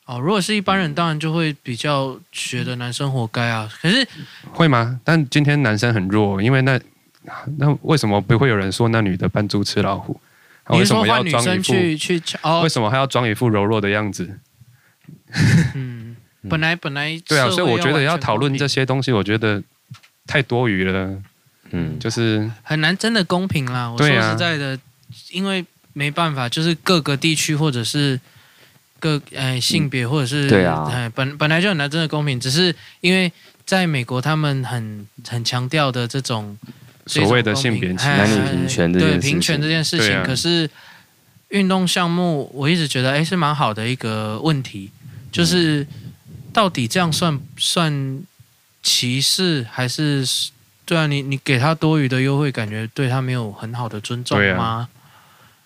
Speaker 1: 哦，如果是一般人，当然就会比较觉得男生活该啊。可是
Speaker 3: 会吗？但今天男生很弱，因为那那为什么不会有人说那女的扮猪吃老虎？啊
Speaker 1: 你
Speaker 3: 为
Speaker 1: 是
Speaker 3: 什
Speaker 1: 说
Speaker 3: 么要
Speaker 1: 换女
Speaker 3: 装一
Speaker 1: 生
Speaker 3: 副？
Speaker 1: 去去哦
Speaker 3: 为，什么还要装一副柔弱的样子？
Speaker 1: 嗯，本来本来
Speaker 3: 对啊，
Speaker 1: 社
Speaker 3: 所以
Speaker 1: 会
Speaker 3: 我觉得
Speaker 1: 完
Speaker 3: 要
Speaker 1: 全
Speaker 3: 讨论
Speaker 1: 公平
Speaker 3: 这些东西，我觉得太多余了。
Speaker 2: 嗯，
Speaker 3: 就是
Speaker 1: 很难真的公平啦。我说
Speaker 3: 对啊
Speaker 1: 实在的，因为没办法，就是各个地区或者是各呃性别或者是、
Speaker 2: 对啊
Speaker 1: 哎本本来就很难真的公平，只是因为在美国他们很很强调的这种
Speaker 3: 所谓的性别
Speaker 1: 这种
Speaker 3: 歧
Speaker 1: 公平哎
Speaker 2: 男
Speaker 3: 视
Speaker 2: 女。平权这件
Speaker 1: 对
Speaker 2: 事情
Speaker 1: 平权这件事
Speaker 3: 对
Speaker 1: 情，
Speaker 3: 啊
Speaker 1: 可是运动项目我一直觉得哎是蛮好的一个问题，就是到底这样算算歧视还是对啊？你你给他多余的优惠，感觉对他没有很好的尊重
Speaker 3: 对啊
Speaker 1: 吗？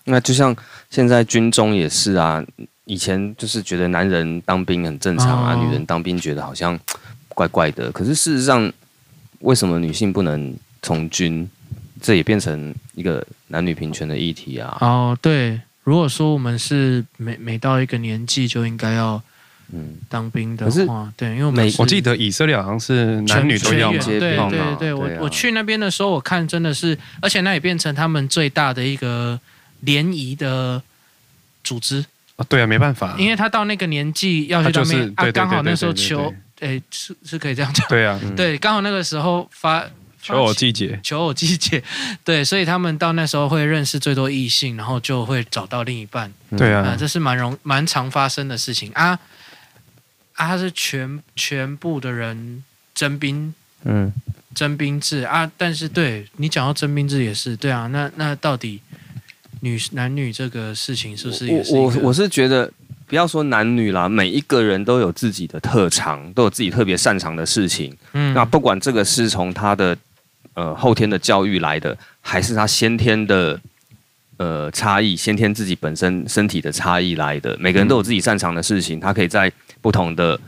Speaker 2: 那就像现在军中也是啊，以前就是觉得男人当兵很正常啊，
Speaker 1: 哦
Speaker 2: 女人当兵觉得好像怪怪的。可是事实上，为什么女性不能从军？这也变成一个男女平权的议题啊。
Speaker 1: 哦，对，如果说我们是每每到一个年纪就应该要
Speaker 2: 嗯，
Speaker 1: 当兵的
Speaker 2: 可是
Speaker 1: 话，对，因为我们
Speaker 2: 美
Speaker 1: 是
Speaker 3: 我记得以色列好像是男女都要嘛哦
Speaker 1: 全，员对
Speaker 2: 接棒
Speaker 1: 对
Speaker 2: 嘛
Speaker 1: 对对，我
Speaker 2: 对啊
Speaker 1: 我去那边的时候，我看真的是，而且那也变成他们最大的一个联谊的组织，
Speaker 3: 哦对啊，没办法，
Speaker 1: 因为他到那个年纪要去
Speaker 3: 他
Speaker 1: 当
Speaker 3: 就是
Speaker 1: 兵啊，
Speaker 3: 对对对
Speaker 1: 刚好那时候
Speaker 3: 对对
Speaker 1: 求，哎，是是可以这样讲，
Speaker 3: 对啊，
Speaker 2: 嗯，
Speaker 1: 对，刚好那个时候发
Speaker 3: 求偶季节，
Speaker 1: 求偶季节， (laughs) 对，所以他们到那时候会认识最多异性，然后就会找到另一半，
Speaker 2: 嗯
Speaker 3: 对
Speaker 1: 啊，
Speaker 3: 啊，
Speaker 1: 这是蛮容蛮常发生的事情啊啊，他是全全部的人征兵
Speaker 2: 嗯，
Speaker 1: 征兵制啊，但是对你讲到征兵制也是对啊，那那到底女男女这个事情是不是也是
Speaker 2: 我
Speaker 1: 一
Speaker 2: 我
Speaker 1: 个
Speaker 2: 我是觉得，不要说男女啦，每一个人都有自己的特长，都有自己特别擅长的事情。
Speaker 1: 嗯
Speaker 2: 那不管这个是从他的呃后天的教育来的，还是他先天的呃差异，先天自己本身身体的差异来的，每个人都有自己擅长的事情，他可以在不同的呃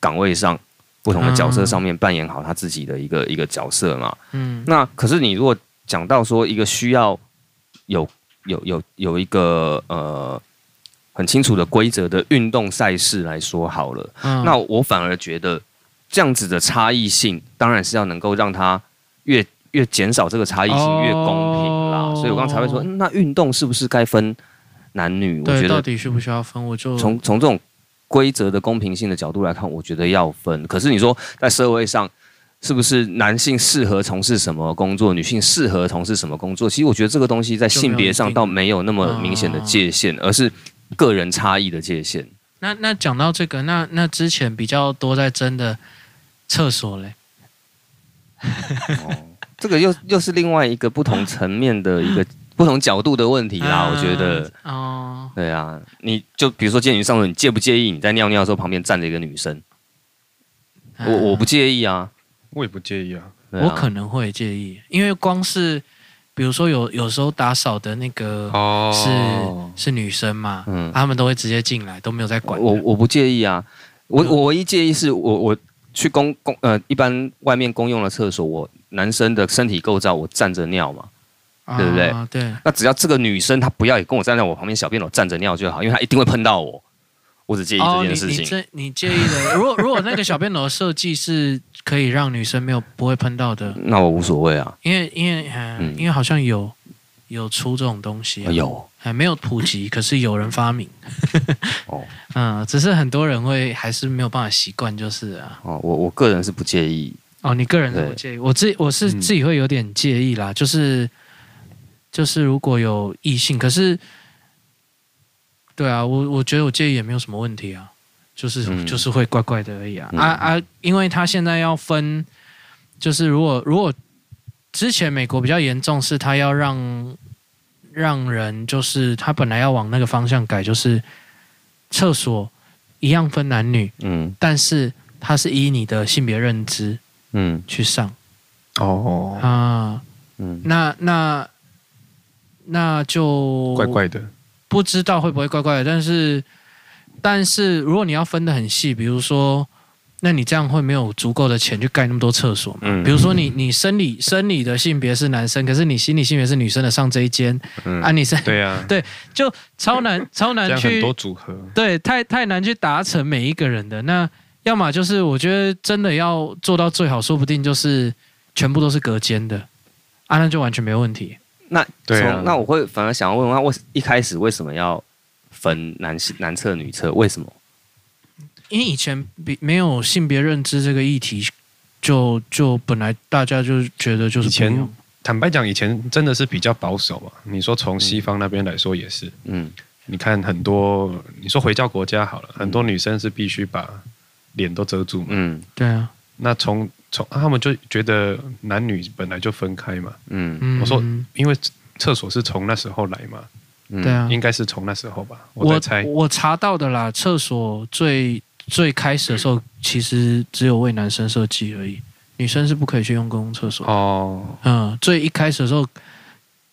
Speaker 2: 岗位上、不同的角色上面扮演好他自己的一个、一个角色嘛。
Speaker 1: 嗯
Speaker 2: 那可是你如果讲到说一个需要有有有有一个呃很清楚的规则的运动赛事来说好了，
Speaker 1: 嗯
Speaker 2: 那我反而觉得这样子的差异性，当然是要能够让它越越减少这个差异性越公平啦。
Speaker 1: 哦
Speaker 2: 所以我刚才会说，嗯那运动是不是该分男女？我
Speaker 1: 对
Speaker 2: 觉
Speaker 1: 到
Speaker 2: 得
Speaker 1: 底需不需要分，我就
Speaker 2: 从从这种规则的公平性的角度来看，我觉得要分。可是你说在社会上，是不是男性适合从事什么工作，女性适合从事什么工作？其实我觉得这个东西在性别上倒没有那么明显的界限，而是个人差异的界限。
Speaker 1: 那那讲到这个，那那之前比较多在争的厕所嘞，
Speaker 2: 这个又又是另外一个不同层面的
Speaker 1: (laughs)
Speaker 2: 一个不同角度的问题啦，
Speaker 1: 啊
Speaker 2: 我觉得。
Speaker 1: 哦，
Speaker 2: 对啊，你就比如说，鉴于上次你介不介意你在尿尿的时候旁边站着一个女生？我我不介意啊。
Speaker 3: 我也不介意啊。
Speaker 2: 对啊
Speaker 1: 啊我可能会介意，因为光是比如说有有时候打扫的那个
Speaker 3: 哦，
Speaker 1: 是、是女生嘛，啊
Speaker 2: 嗯
Speaker 1: 他们都会直接进来，都没有在管的。
Speaker 2: 我我不介意啊，我我唯一介意是我我去公公呃一般外面公用的厕所，我男生的身体构造我站着尿嘛，
Speaker 1: 啊
Speaker 2: 对不对？
Speaker 1: 对，
Speaker 2: 那只要这个女生她不要也跟我站在我旁边小便斗站着尿就好，因为她一定会碰到我，我只介意
Speaker 1: 哦，
Speaker 2: 这件
Speaker 1: 你
Speaker 2: 事
Speaker 1: 你
Speaker 2: 情。
Speaker 1: 这你介意的，如果如果那个小便斗的设计是可以让女生没有不会碰到的，
Speaker 2: 那我无所谓啊，
Speaker 1: 因为因为、呃
Speaker 2: 嗯哦
Speaker 1: 因为好像有有出这种东西、啊，
Speaker 2: 有
Speaker 1: 还没有普及，可是有人发明， (laughs)
Speaker 2: 哦
Speaker 1: 嗯，只是很多人会还是没有办法习惯，就是啊，
Speaker 2: 哦，我我个人是不介意，
Speaker 1: 哦，你个人
Speaker 2: 对
Speaker 1: 我介意，我自我是
Speaker 3: 嗯
Speaker 1: 自己会有点介意啦，就是就是如果有异性，可是对啊，我我觉得我介意也没有什么问题啊，就是、
Speaker 2: 嗯
Speaker 1: 就是会怪怪的而已啊、
Speaker 2: 嗯
Speaker 1: 啊啊，因为他现在要分，就是如果如果之前美国比较严重，是他要让让人就是他本来要往那个方向改，就是厕所一样分男女，
Speaker 2: 嗯
Speaker 1: 但是它是依你的性别认知
Speaker 2: 嗯
Speaker 1: 去上。
Speaker 3: 哦，
Speaker 1: 啊，
Speaker 2: 嗯，
Speaker 1: 那那那就
Speaker 3: 哦怪怪的，
Speaker 1: 不知道会不会怪怪的，但是但是如果你要分得很细，比如说，那你这样会没有足够的钱去盖那么多厕所嘛？
Speaker 2: 嗯
Speaker 1: 比如说你你生理生理的性别是男生，可是你心理性别是女生的，上这一间、
Speaker 2: 嗯
Speaker 1: 啊，你是
Speaker 3: 对啊，
Speaker 1: 对就 (laughs) 超难超
Speaker 3: 这
Speaker 1: 难
Speaker 3: 样很
Speaker 1: 去
Speaker 3: 多组合，
Speaker 1: 对，太太难去达成每一个人的。那要么就是我觉得真的要做到最好，说不定就是全部都是隔间的，啊，那就完全没问题。
Speaker 2: 那
Speaker 3: 对啊
Speaker 2: 从那我会反而想要问他，为一开始为什么要分男男厕女厕？为什么？
Speaker 1: 因为以前比没有性别认知这个议题，就就本来大家就觉得就是
Speaker 3: 以前
Speaker 1: 不一样
Speaker 3: 坦白讲，以前真的是比较保守啊。你说从
Speaker 1: 嗯
Speaker 3: 西方那边来说也是，
Speaker 2: 嗯
Speaker 3: 你看很多，你说回教国家好了，很
Speaker 1: 嗯
Speaker 3: 多女生是必须把脸都遮住嘛。
Speaker 2: 嗯
Speaker 1: 对啊，
Speaker 3: 那从从、啊他们就觉得男女本来就分开嘛，
Speaker 2: 嗯
Speaker 1: 嗯，
Speaker 3: 我说因为厕所是从那时候来嘛，
Speaker 2: 嗯
Speaker 1: 对，啊，
Speaker 3: 应该是从那时候吧，我在
Speaker 1: 我
Speaker 3: 猜。
Speaker 1: 我查到的啦，厕所最最开始的时候其实只有为男生设计而已，女生是不可以去用公共厕所的。
Speaker 3: 哦，
Speaker 1: 嗯，最一开始的时候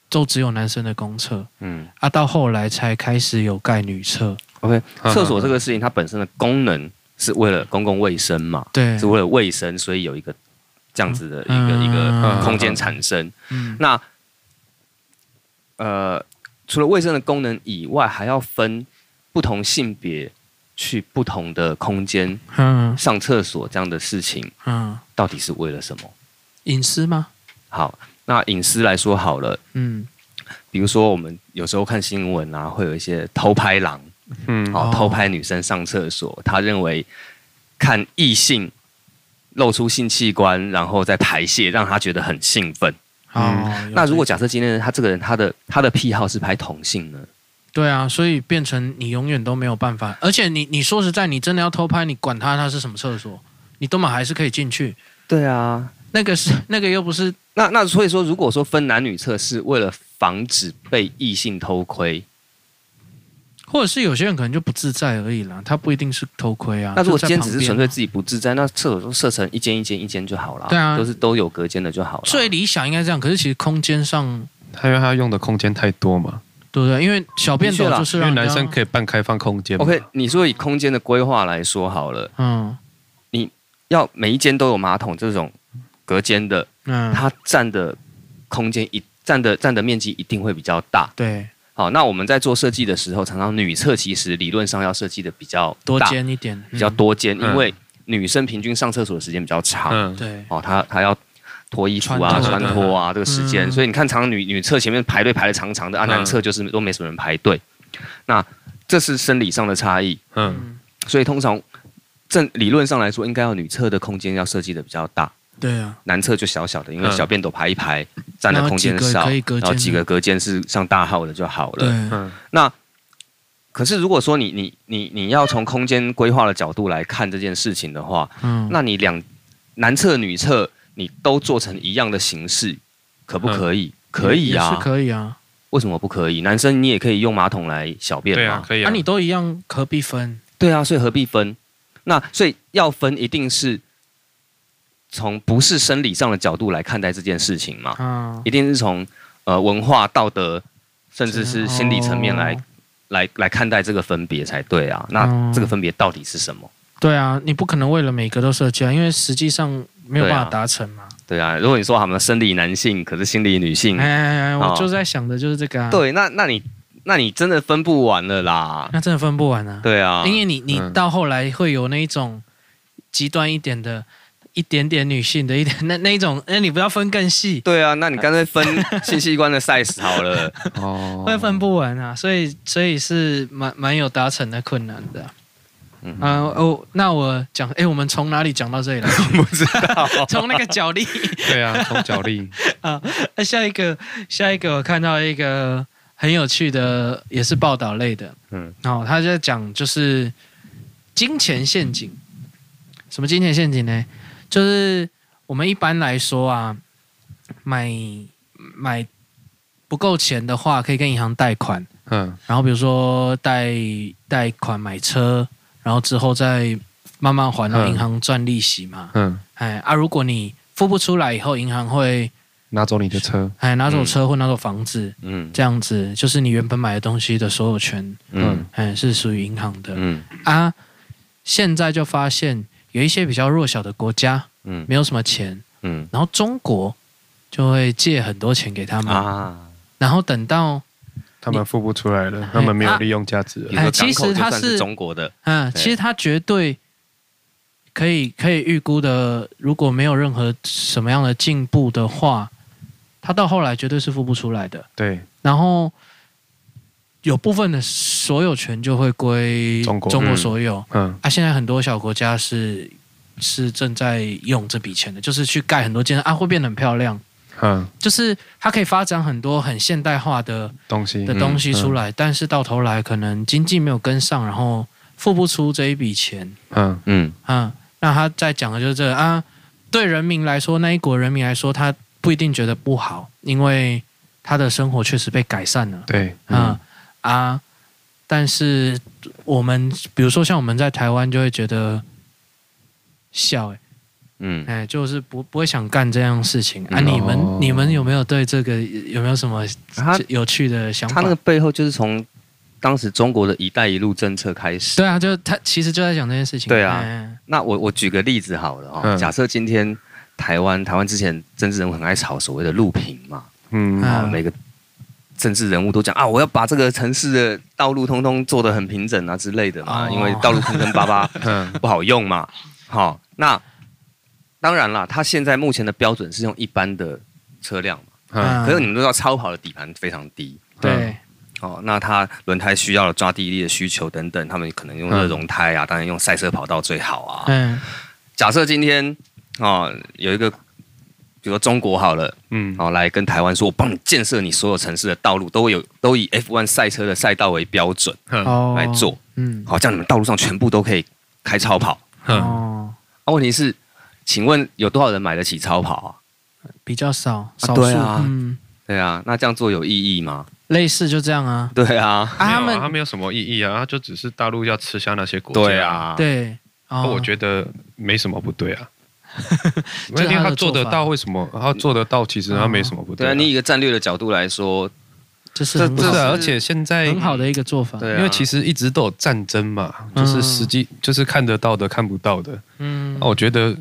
Speaker 1: 都只有男生的公厕
Speaker 2: 嗯。
Speaker 1: 啊，到后来才开始有盖女厕。
Speaker 2: OK，厕
Speaker 1: 嗯
Speaker 2: 所这个事情它本身的功能是为了公共卫生嘛，
Speaker 1: 对
Speaker 2: 是，为了卫生，所以有一个这样子的一个、
Speaker 1: 嗯
Speaker 2: 一个呃
Speaker 1: 嗯
Speaker 2: 空间产生。
Speaker 1: 嗯，
Speaker 2: 那呃，除了卫生的功能以外，还要分不同性别去不同的空间
Speaker 1: 嗯
Speaker 2: 上厕所这样的事情，
Speaker 1: 嗯，
Speaker 2: 到底是为了什么？
Speaker 1: 隐私吗？
Speaker 2: 好，那隐私来说好了，
Speaker 1: 嗯，
Speaker 2: 比如说我们有时候看新闻啊，会有一些偷拍狼。
Speaker 3: 嗯，
Speaker 2: 哦
Speaker 1: 哦，
Speaker 2: 偷拍女生上厕所，他认为看异性露出性器官，然后再排泄，让他觉得很兴奋。
Speaker 1: 哦，
Speaker 2: 嗯那如果
Speaker 1: 讲
Speaker 2: 假设今天他这个人他的他的癖好是拍同性呢？
Speaker 1: 对啊，所以变成你永远都没有办法，而且你你说实在，你真的要偷拍，你管他他是什么厕所，你都嘛还是可以进去。
Speaker 2: 对啊，
Speaker 1: 那个是 (laughs) 那个又不是
Speaker 2: 那那所以说，如果说分男女厕是为了防止被异性偷窥，
Speaker 1: 或者是有些人可能就不自在而已啦，他不一定是偷窥啊。
Speaker 2: 那如果
Speaker 1: 就
Speaker 2: 今
Speaker 1: 在
Speaker 2: 天
Speaker 1: 旁
Speaker 2: 只
Speaker 1: 边
Speaker 2: 是纯粹自己不自在，那厕所就设成一间一间一间就好了，
Speaker 1: 对啊
Speaker 2: 都是都有隔间的就好了。
Speaker 1: 最理想应该这样，可是其实空间上，
Speaker 3: 他因为他用的空间太多嘛，
Speaker 1: 对不对？因为小便斗
Speaker 2: 的确啦
Speaker 1: 就是啊让
Speaker 3: 因为
Speaker 1: 人
Speaker 3: 男
Speaker 1: 家
Speaker 3: 生可以半开放空间嘛。
Speaker 2: OK，你说以空间的规划来说好了，
Speaker 1: 嗯
Speaker 2: 要每一间都有马桶这种隔间的，
Speaker 1: 嗯，
Speaker 2: 它占的空间一占的占的面积一定会比较大。
Speaker 1: 对，
Speaker 2: 好，那我们在做设计的时候，常常女厕其实理论上要设计的比较
Speaker 1: 多
Speaker 2: 大
Speaker 1: 尖一点，
Speaker 2: 比较多间，
Speaker 3: 嗯
Speaker 2: 因为女生平均上厕所的时间比较长。
Speaker 1: 嗯。
Speaker 3: 嗯，
Speaker 1: 对，
Speaker 2: 哦，她她要脱衣服啊、
Speaker 1: 穿脱
Speaker 2: 穿脱啊，这个时间，
Speaker 1: 嗯
Speaker 2: 所以你看，常常女女厕前面排队排的长长的，啊，
Speaker 3: 嗯
Speaker 2: 男厕就是都没什么人排队。那这是生理上的差异，
Speaker 3: 嗯，
Speaker 1: 嗯，
Speaker 2: 所以通常正理论上来说，应该要女厕的空间要设计的比较大。
Speaker 1: 对啊，
Speaker 2: 男厕就小小的，因为
Speaker 3: 嗯
Speaker 2: 小便斗排一排，占的空间
Speaker 1: 然
Speaker 2: 少，
Speaker 1: 后几个可以隔间
Speaker 2: 然后几个隔间是上大号的就好
Speaker 1: 对
Speaker 2: 了。，
Speaker 3: 嗯，
Speaker 2: 可是如果说你你你你要从空间规划的角度来看这件事情的话，
Speaker 1: 嗯，
Speaker 2: 那你两男厕女厕你都做成一样的形式，可不可以？可
Speaker 1: 嗯
Speaker 2: 以
Speaker 1: 也
Speaker 2: 啊
Speaker 1: 是，可以啊，
Speaker 2: 为什么不可以？男生你也可以用马桶来小便
Speaker 3: 对啊，
Speaker 2: 嘛？
Speaker 3: 可以
Speaker 1: 那
Speaker 3: 啊。
Speaker 1: 你都一样，何必分？
Speaker 2: 对啊，所以何必分？那所以要分一定是从不是生理上的角度来看待这件事情嘛，
Speaker 1: 嗯，
Speaker 2: 一定是从呃文化、道德，甚至是
Speaker 1: 哦
Speaker 2: 心理层面来、来来看待这个分别才对啊。那
Speaker 1: 哦
Speaker 2: 这个分别到底是什么？
Speaker 1: 对啊，你不可能为了每个都设计啊，因为实际上没有
Speaker 2: 对啊
Speaker 1: 办法达成嘛。
Speaker 2: 对啊，如果你说他们生理男性，可是心理女性，
Speaker 1: 哎哎哎，
Speaker 2: 哦
Speaker 1: 我就是在想的就是这个啊。，
Speaker 2: 对，那那你那你真的分不完了啦。
Speaker 1: 那真的分不完啊。
Speaker 2: 对啊，
Speaker 1: 因为你你
Speaker 3: 嗯
Speaker 1: 到后来会有那一种极端一点的，一点点女性的一点 (laughs) 那那一种，哎，你不要分更细，
Speaker 2: 对啊，那你干脆分性器官的 size
Speaker 1: (laughs)
Speaker 2: 好了。
Speaker 3: 哦，
Speaker 1: 会分不完啊，所以所以是蛮蛮有达成的困难的啊。
Speaker 2: 嗯
Speaker 1: 啊哦，那我讲，哎，我们从哪里讲到
Speaker 2: (laughs)
Speaker 1: 这里来？
Speaker 2: 不知道，
Speaker 1: (laughs) 从那个角力，
Speaker 3: (laughs) 对啊，从脚力，
Speaker 1: 那下一个下一个我看到一个很有趣的，也是报道类的，
Speaker 2: 嗯，
Speaker 1: 然后他在讲就是金钱陷阱，什么金钱陷阱呢？就是我们一般来说啊，买买不够钱的话，可以跟银行贷款，
Speaker 3: 嗯
Speaker 1: 然后比如说贷贷款买车，然后之后再慢慢还，然后
Speaker 3: 嗯
Speaker 1: 银行赚利息嘛。
Speaker 3: 嗯，
Speaker 1: 哎啊，如果你付不出来以后，银行会
Speaker 3: 拿走你的车，
Speaker 1: 哎拿走车或拿走房子，
Speaker 2: 嗯
Speaker 1: 这样子就是你原本买的东西的所有权，
Speaker 2: 嗯
Speaker 1: 哎是属于银行的。
Speaker 2: 嗯
Speaker 1: 啊，现在就发现有一些比较弱小的国家
Speaker 2: 嗯
Speaker 1: 没有什么钱，
Speaker 2: 嗯
Speaker 1: 然后中国就会借很多钱给他们，
Speaker 2: 啊，
Speaker 1: 然后等到
Speaker 3: 他们付不出来了，他们没有利用价值
Speaker 2: 你
Speaker 3: 了，
Speaker 2: 说
Speaker 1: 哎
Speaker 2: 港
Speaker 1: 其
Speaker 2: 口
Speaker 1: 实
Speaker 2: 就
Speaker 1: 它
Speaker 2: 算是
Speaker 1: 是
Speaker 2: 中国的，
Speaker 1: 嗯，
Speaker 2: 对
Speaker 1: 其实他绝对可以可以预估的，如果没有任何什么样的进步的话，他到后来绝对是付不出来的。
Speaker 3: 对，
Speaker 1: 然后有部分的所有权就会归
Speaker 3: 中国
Speaker 2: 嗯
Speaker 1: 所有，
Speaker 3: 嗯
Speaker 1: 啊，现在很多小国家是是正在用这笔钱的，就是去盖很多建筑啊，会变得很漂亮。
Speaker 3: 嗯，
Speaker 1: 就是它可以发展很多很现代化的
Speaker 3: 东西
Speaker 1: 的东西出，
Speaker 3: 嗯
Speaker 1: 来，但是到头来可能经济没有跟上，然后付不出这一笔钱
Speaker 3: 嗯
Speaker 2: 嗯
Speaker 1: 啊。那他在讲的就是这个啊，对人民来说，那一国人民来说，他不一定觉得不好，因为他的生活确实被改善了。
Speaker 3: 对，
Speaker 1: 嗯啊，但是我们比如说像我们在台湾就会觉得笑哎、
Speaker 2: 嗯
Speaker 1: 哎、就是不不会想干这样事情啊。你们、
Speaker 3: 哦
Speaker 1: 你们有没有对这个有没有什么
Speaker 2: 他
Speaker 1: 有趣的哎想
Speaker 2: 他
Speaker 1: 法？
Speaker 2: 那个背后就是从当时中国的一带一路政策开始。
Speaker 1: 对啊，就他其实就在讲这件事情。
Speaker 2: 对啊
Speaker 1: 哎
Speaker 2: 那我我举个例子好了哦，
Speaker 3: 嗯
Speaker 2: 假设今天台湾台湾之前政治人物很爱炒所谓的路平嘛，
Speaker 3: 嗯
Speaker 1: 嗯
Speaker 2: 啊、每个政治人物都讲啊，我要把这个城市的道路通通做得很平整啊之类的嘛，
Speaker 1: 哦
Speaker 2: 因为道路坑坑巴巴
Speaker 3: 嗯
Speaker 2: 不好用嘛。好、那当然啦，他现在目前的标准是用一般的车辆嘛，
Speaker 3: 嗯
Speaker 2: 可是你们都知道超跑的底盘非常低。
Speaker 1: 对，
Speaker 2: 哦，那它轮胎需要抓地力的需求等等，他们可能用热熔胎啊，当然用赛车跑道最好啊。
Speaker 1: 嗯
Speaker 2: 假设今天哦有一个，比如说中国好了，
Speaker 3: 嗯，
Speaker 2: 好、哦、来跟台湾说，我帮你建设你所有城市的道路，都会有都以 F1 赛车的赛道为标准
Speaker 1: 哦
Speaker 2: 来做，，
Speaker 1: 嗯
Speaker 2: 好、这样你们道路上全部都可以开超跑。
Speaker 3: 嗯，
Speaker 1: 哦，
Speaker 2: 啊，问题是，请问有多少人买得起超跑啊？
Speaker 1: 比较少少数、
Speaker 2: 对啊
Speaker 1: 嗯，
Speaker 2: 对啊，那这样做有意义吗？
Speaker 1: 类似就这样啊。
Speaker 2: 对啊，
Speaker 1: 啊，他
Speaker 3: 没
Speaker 1: 们
Speaker 3: 有他没有什么意义啊，他就只是大陆要吃下那些国家，
Speaker 2: 对，啊，
Speaker 1: 对，哦，
Speaker 3: 我觉得没什么不
Speaker 1: (laughs)
Speaker 3: 对啊。因
Speaker 1: 这是他的
Speaker 3: 为他做得
Speaker 1: 做法嗯
Speaker 3: 到，为什么他做得到？其实他没什么不
Speaker 2: 对啊，
Speaker 3: 啊
Speaker 2: 你以一个战略的角度来说，
Speaker 1: 这是
Speaker 3: 这
Speaker 1: 很
Speaker 3: 这
Speaker 1: 好
Speaker 3: 是啊，
Speaker 2: 是
Speaker 3: 而且现在
Speaker 1: 很好的一个做法。
Speaker 2: 对啊，
Speaker 3: 因为其实一直都有战争嘛，就是实际就是看得到的、看不到的。啊
Speaker 1: 嗯，
Speaker 2: 哦
Speaker 3: 那我觉得，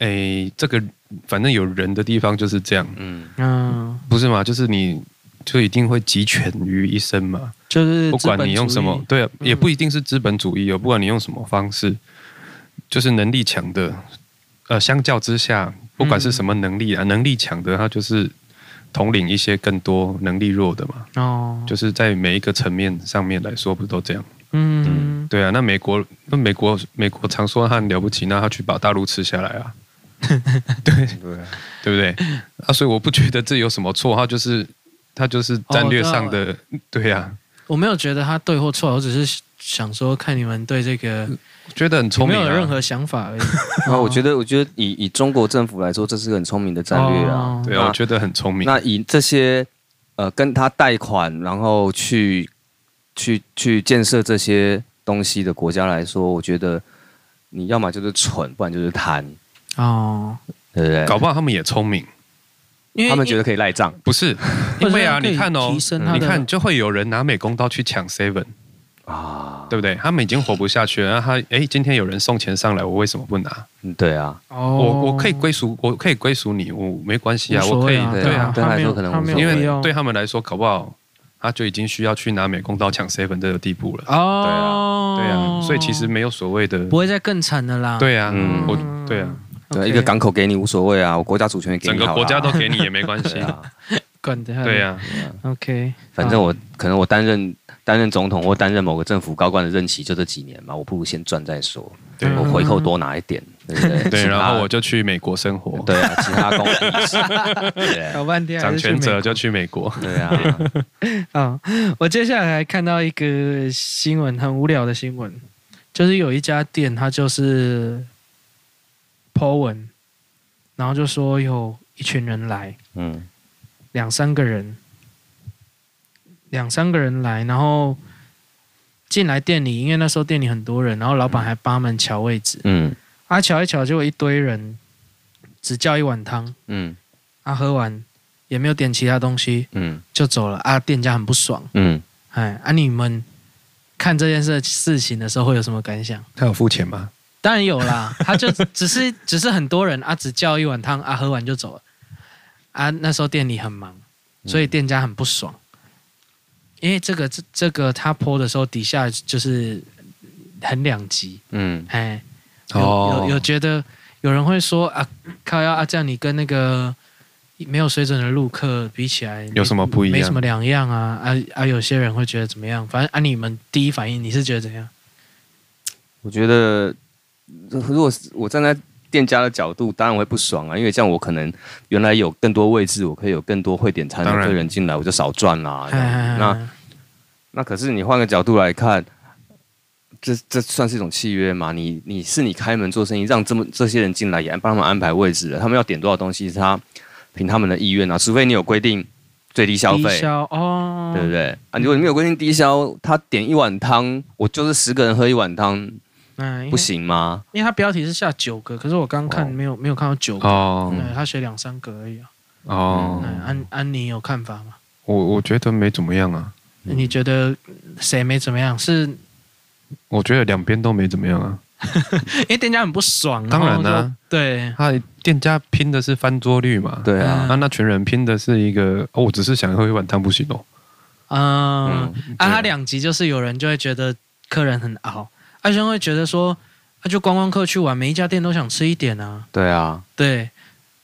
Speaker 3: 诶，这个反正有人的地方就是这样，
Speaker 2: 嗯
Speaker 1: 嗯，
Speaker 3: 不是嘛？就是你就一定会集权于一身嘛，
Speaker 1: 就是
Speaker 3: 不
Speaker 1: 资
Speaker 3: 管
Speaker 1: 本
Speaker 3: 你用
Speaker 1: 主
Speaker 3: 什么
Speaker 1: 义，，
Speaker 3: 对啊，
Speaker 1: 嗯
Speaker 3: 也不一定是资本主义哦，不管你用什么方式，就是能力强的，呃，相较之下，不管是什
Speaker 1: 嗯
Speaker 3: 么能力啊，能力强的他就是统领一些更多能力弱的嘛，
Speaker 1: 哦，
Speaker 3: 就是在每一个层面上面来说，不都这样？
Speaker 1: 嗯，
Speaker 3: 对啊，那美国那美国美国常说他很了不起，那他去把大陆吃下来
Speaker 1: (laughs)
Speaker 3: 啊，
Speaker 2: 对啊
Speaker 3: 对不对？啊，所以我不觉得这有什么错，他就是他就是战略上
Speaker 1: 哦
Speaker 3: 的，对啊，
Speaker 1: 我没有觉得他对或错，我只是想说看你们对这个
Speaker 3: 觉得很
Speaker 1: 有
Speaker 3: 聪
Speaker 1: 没
Speaker 3: 明、啊，
Speaker 1: 有任何想法而 (laughs) 已。
Speaker 2: 然啊后我觉得，我觉得以以中国政府来说，这是个很聪明的战略啊
Speaker 1: 哦。
Speaker 3: 对啊，
Speaker 2: 那
Speaker 3: 我觉得很聪明。
Speaker 2: 那以这些呃跟他贷款，然后去去去建设这些东西的国家来说，我觉得你要么就是蠢，不然就是贪。
Speaker 1: 哦，
Speaker 2: 对不对？
Speaker 3: 搞不好他们也聪明。
Speaker 1: 因为
Speaker 2: 他们觉得可以赖账
Speaker 1: (laughs)
Speaker 3: 不是，因为啊，你看哦
Speaker 1: 提，升他的
Speaker 3: 你看就会有人拿美工刀去抢 seven，
Speaker 2: 啊，
Speaker 3: 对不对？他们已经活不下去了，然后他哎，今天有人送钱上来，我为什么不拿？
Speaker 2: 嗯对啊，
Speaker 1: 哦，
Speaker 3: 我我可以归属，我可以归属你，我没关系啊，
Speaker 1: 无所
Speaker 3: 我可
Speaker 1: 谓
Speaker 3: 以
Speaker 1: 啊，
Speaker 3: 对啊，
Speaker 2: 对
Speaker 1: 他
Speaker 2: 他来
Speaker 1: 没有
Speaker 2: 说可能
Speaker 1: 他没有
Speaker 3: 因
Speaker 1: 必要
Speaker 3: 为对他啊们来说，搞不好他就已经需要去拿美工刀抢 seven 这个地步了，
Speaker 1: 哦，
Speaker 3: 对啊，所以其实没有所谓的，
Speaker 1: 不会再更惨的啦。
Speaker 3: 对啊，
Speaker 2: 嗯
Speaker 3: 我
Speaker 1: 嗯
Speaker 2: 对
Speaker 3: 对啊，
Speaker 2: 啊
Speaker 1: OK
Speaker 2: 一个港口给你无所谓啊，我国家主权也给
Speaker 3: 整
Speaker 2: 你
Speaker 3: 个
Speaker 2: 好啦
Speaker 3: 国家都给你也没关系
Speaker 2: 对，啊，
Speaker 1: 管的，
Speaker 3: 对啊，
Speaker 1: ，OK，
Speaker 2: 反正我
Speaker 3: 嗯
Speaker 2: 可能我担任担任总统或担任某个政府高官的任期就这几年嘛，我不如先赚再说，
Speaker 3: 对啊
Speaker 2: 我回扣多拿一点，对不对？
Speaker 3: 嗯对，
Speaker 2: 其他
Speaker 3: 然后我就去美国生活，
Speaker 2: 对啊，其他公司
Speaker 3: (laughs)
Speaker 2: 对
Speaker 1: 搞半天还
Speaker 3: 掌
Speaker 1: 是去
Speaker 3: 权
Speaker 1: 美
Speaker 3: 者
Speaker 1: 国
Speaker 3: 就去美国，
Speaker 2: 对 (laughs)
Speaker 1: 啊、
Speaker 2: 啊，
Speaker 1: 我接下来还看到一个新闻，很无聊的新闻，就是有一家店，它就是 po 文，然后就说有一群人来，
Speaker 2: 嗯，
Speaker 1: 两三个人，两三个人来，然后进来店里，因为那时候店里很多人，然后老板还帮他们瞧位置，
Speaker 2: 嗯
Speaker 1: 啊瞧一瞧，结果一堆人只叫一碗汤，
Speaker 2: 嗯
Speaker 1: 啊喝完也没有点其他东西
Speaker 2: 嗯
Speaker 1: 就走了，啊店家很不爽。
Speaker 2: 嗯，
Speaker 1: 哎，啊，你们看这件事事情的时候会有什么感想？
Speaker 3: 他有付钱吗？
Speaker 1: 当然有啦，他就只是只是很多人啊，只叫一碗汤啊，喝完就走了啊。那时候店里很忙，所以店家很不爽，因为这个这这个他泼的时候底下就是很两极，
Speaker 2: 嗯
Speaker 1: 哎，有有有觉得有人会说啊，靠要啊，这样你跟那个没有水准的陆客比起来，
Speaker 3: 有什么不一样
Speaker 1: 没什么两样啊啊啊！有些人会觉得怎么样？反正啊，你们第一反应你是觉得怎样？
Speaker 2: 我觉得如如果是我站在店家的角度，当然我会不爽啊，因为这样我可能原来有更多位置，我可以有更多会点餐的
Speaker 3: 当然
Speaker 2: 客人进来，我就少赚 (laughs) 啦。这样
Speaker 1: 哎
Speaker 2: 那那可是你换个角度来看，这这算是一种契约嘛？你你是你开门做生意，让这么这些人进来，也帮他们安排位置了，他们要点多少东西，是他凭他们的意愿啊，除非你有规定最低消
Speaker 1: 低
Speaker 2: 费。
Speaker 1: 消哦，
Speaker 2: 对不对啊？如果你没有规定低消，他点一碗汤，我就是十个人喝一碗汤，
Speaker 1: 嗯，因为
Speaker 2: 不，行吗？
Speaker 1: 因为它标题是下九个，可是我刚看
Speaker 2: 哦
Speaker 1: 没有没有看到九个，
Speaker 3: 哦
Speaker 1: 对，他写两三个而已啊。
Speaker 3: 哦，
Speaker 1: 嗯安安妮有看法吗？
Speaker 3: 我我觉得没怎么样啊，
Speaker 2: 嗯
Speaker 1: 你觉得谁没怎么样？是
Speaker 3: 我觉得两边都没怎么样啊。
Speaker 1: 因为店家很不爽，
Speaker 3: 当
Speaker 2: 啊
Speaker 3: 然
Speaker 1: 后
Speaker 3: 啦
Speaker 1: 就对，
Speaker 3: 他店家拼的是翻桌率嘛，
Speaker 2: 对啊，
Speaker 3: 那那群人拼的是一个哦，我只是想喝一碗汤不行哦，
Speaker 1: 嗯
Speaker 2: 嗯，
Speaker 1: 啊，他两集就是有人就会觉得客人很熬，阿轩会觉得说，啊，就观光客去玩，每一家店都想吃一点啊，
Speaker 2: 对啊，
Speaker 1: 对，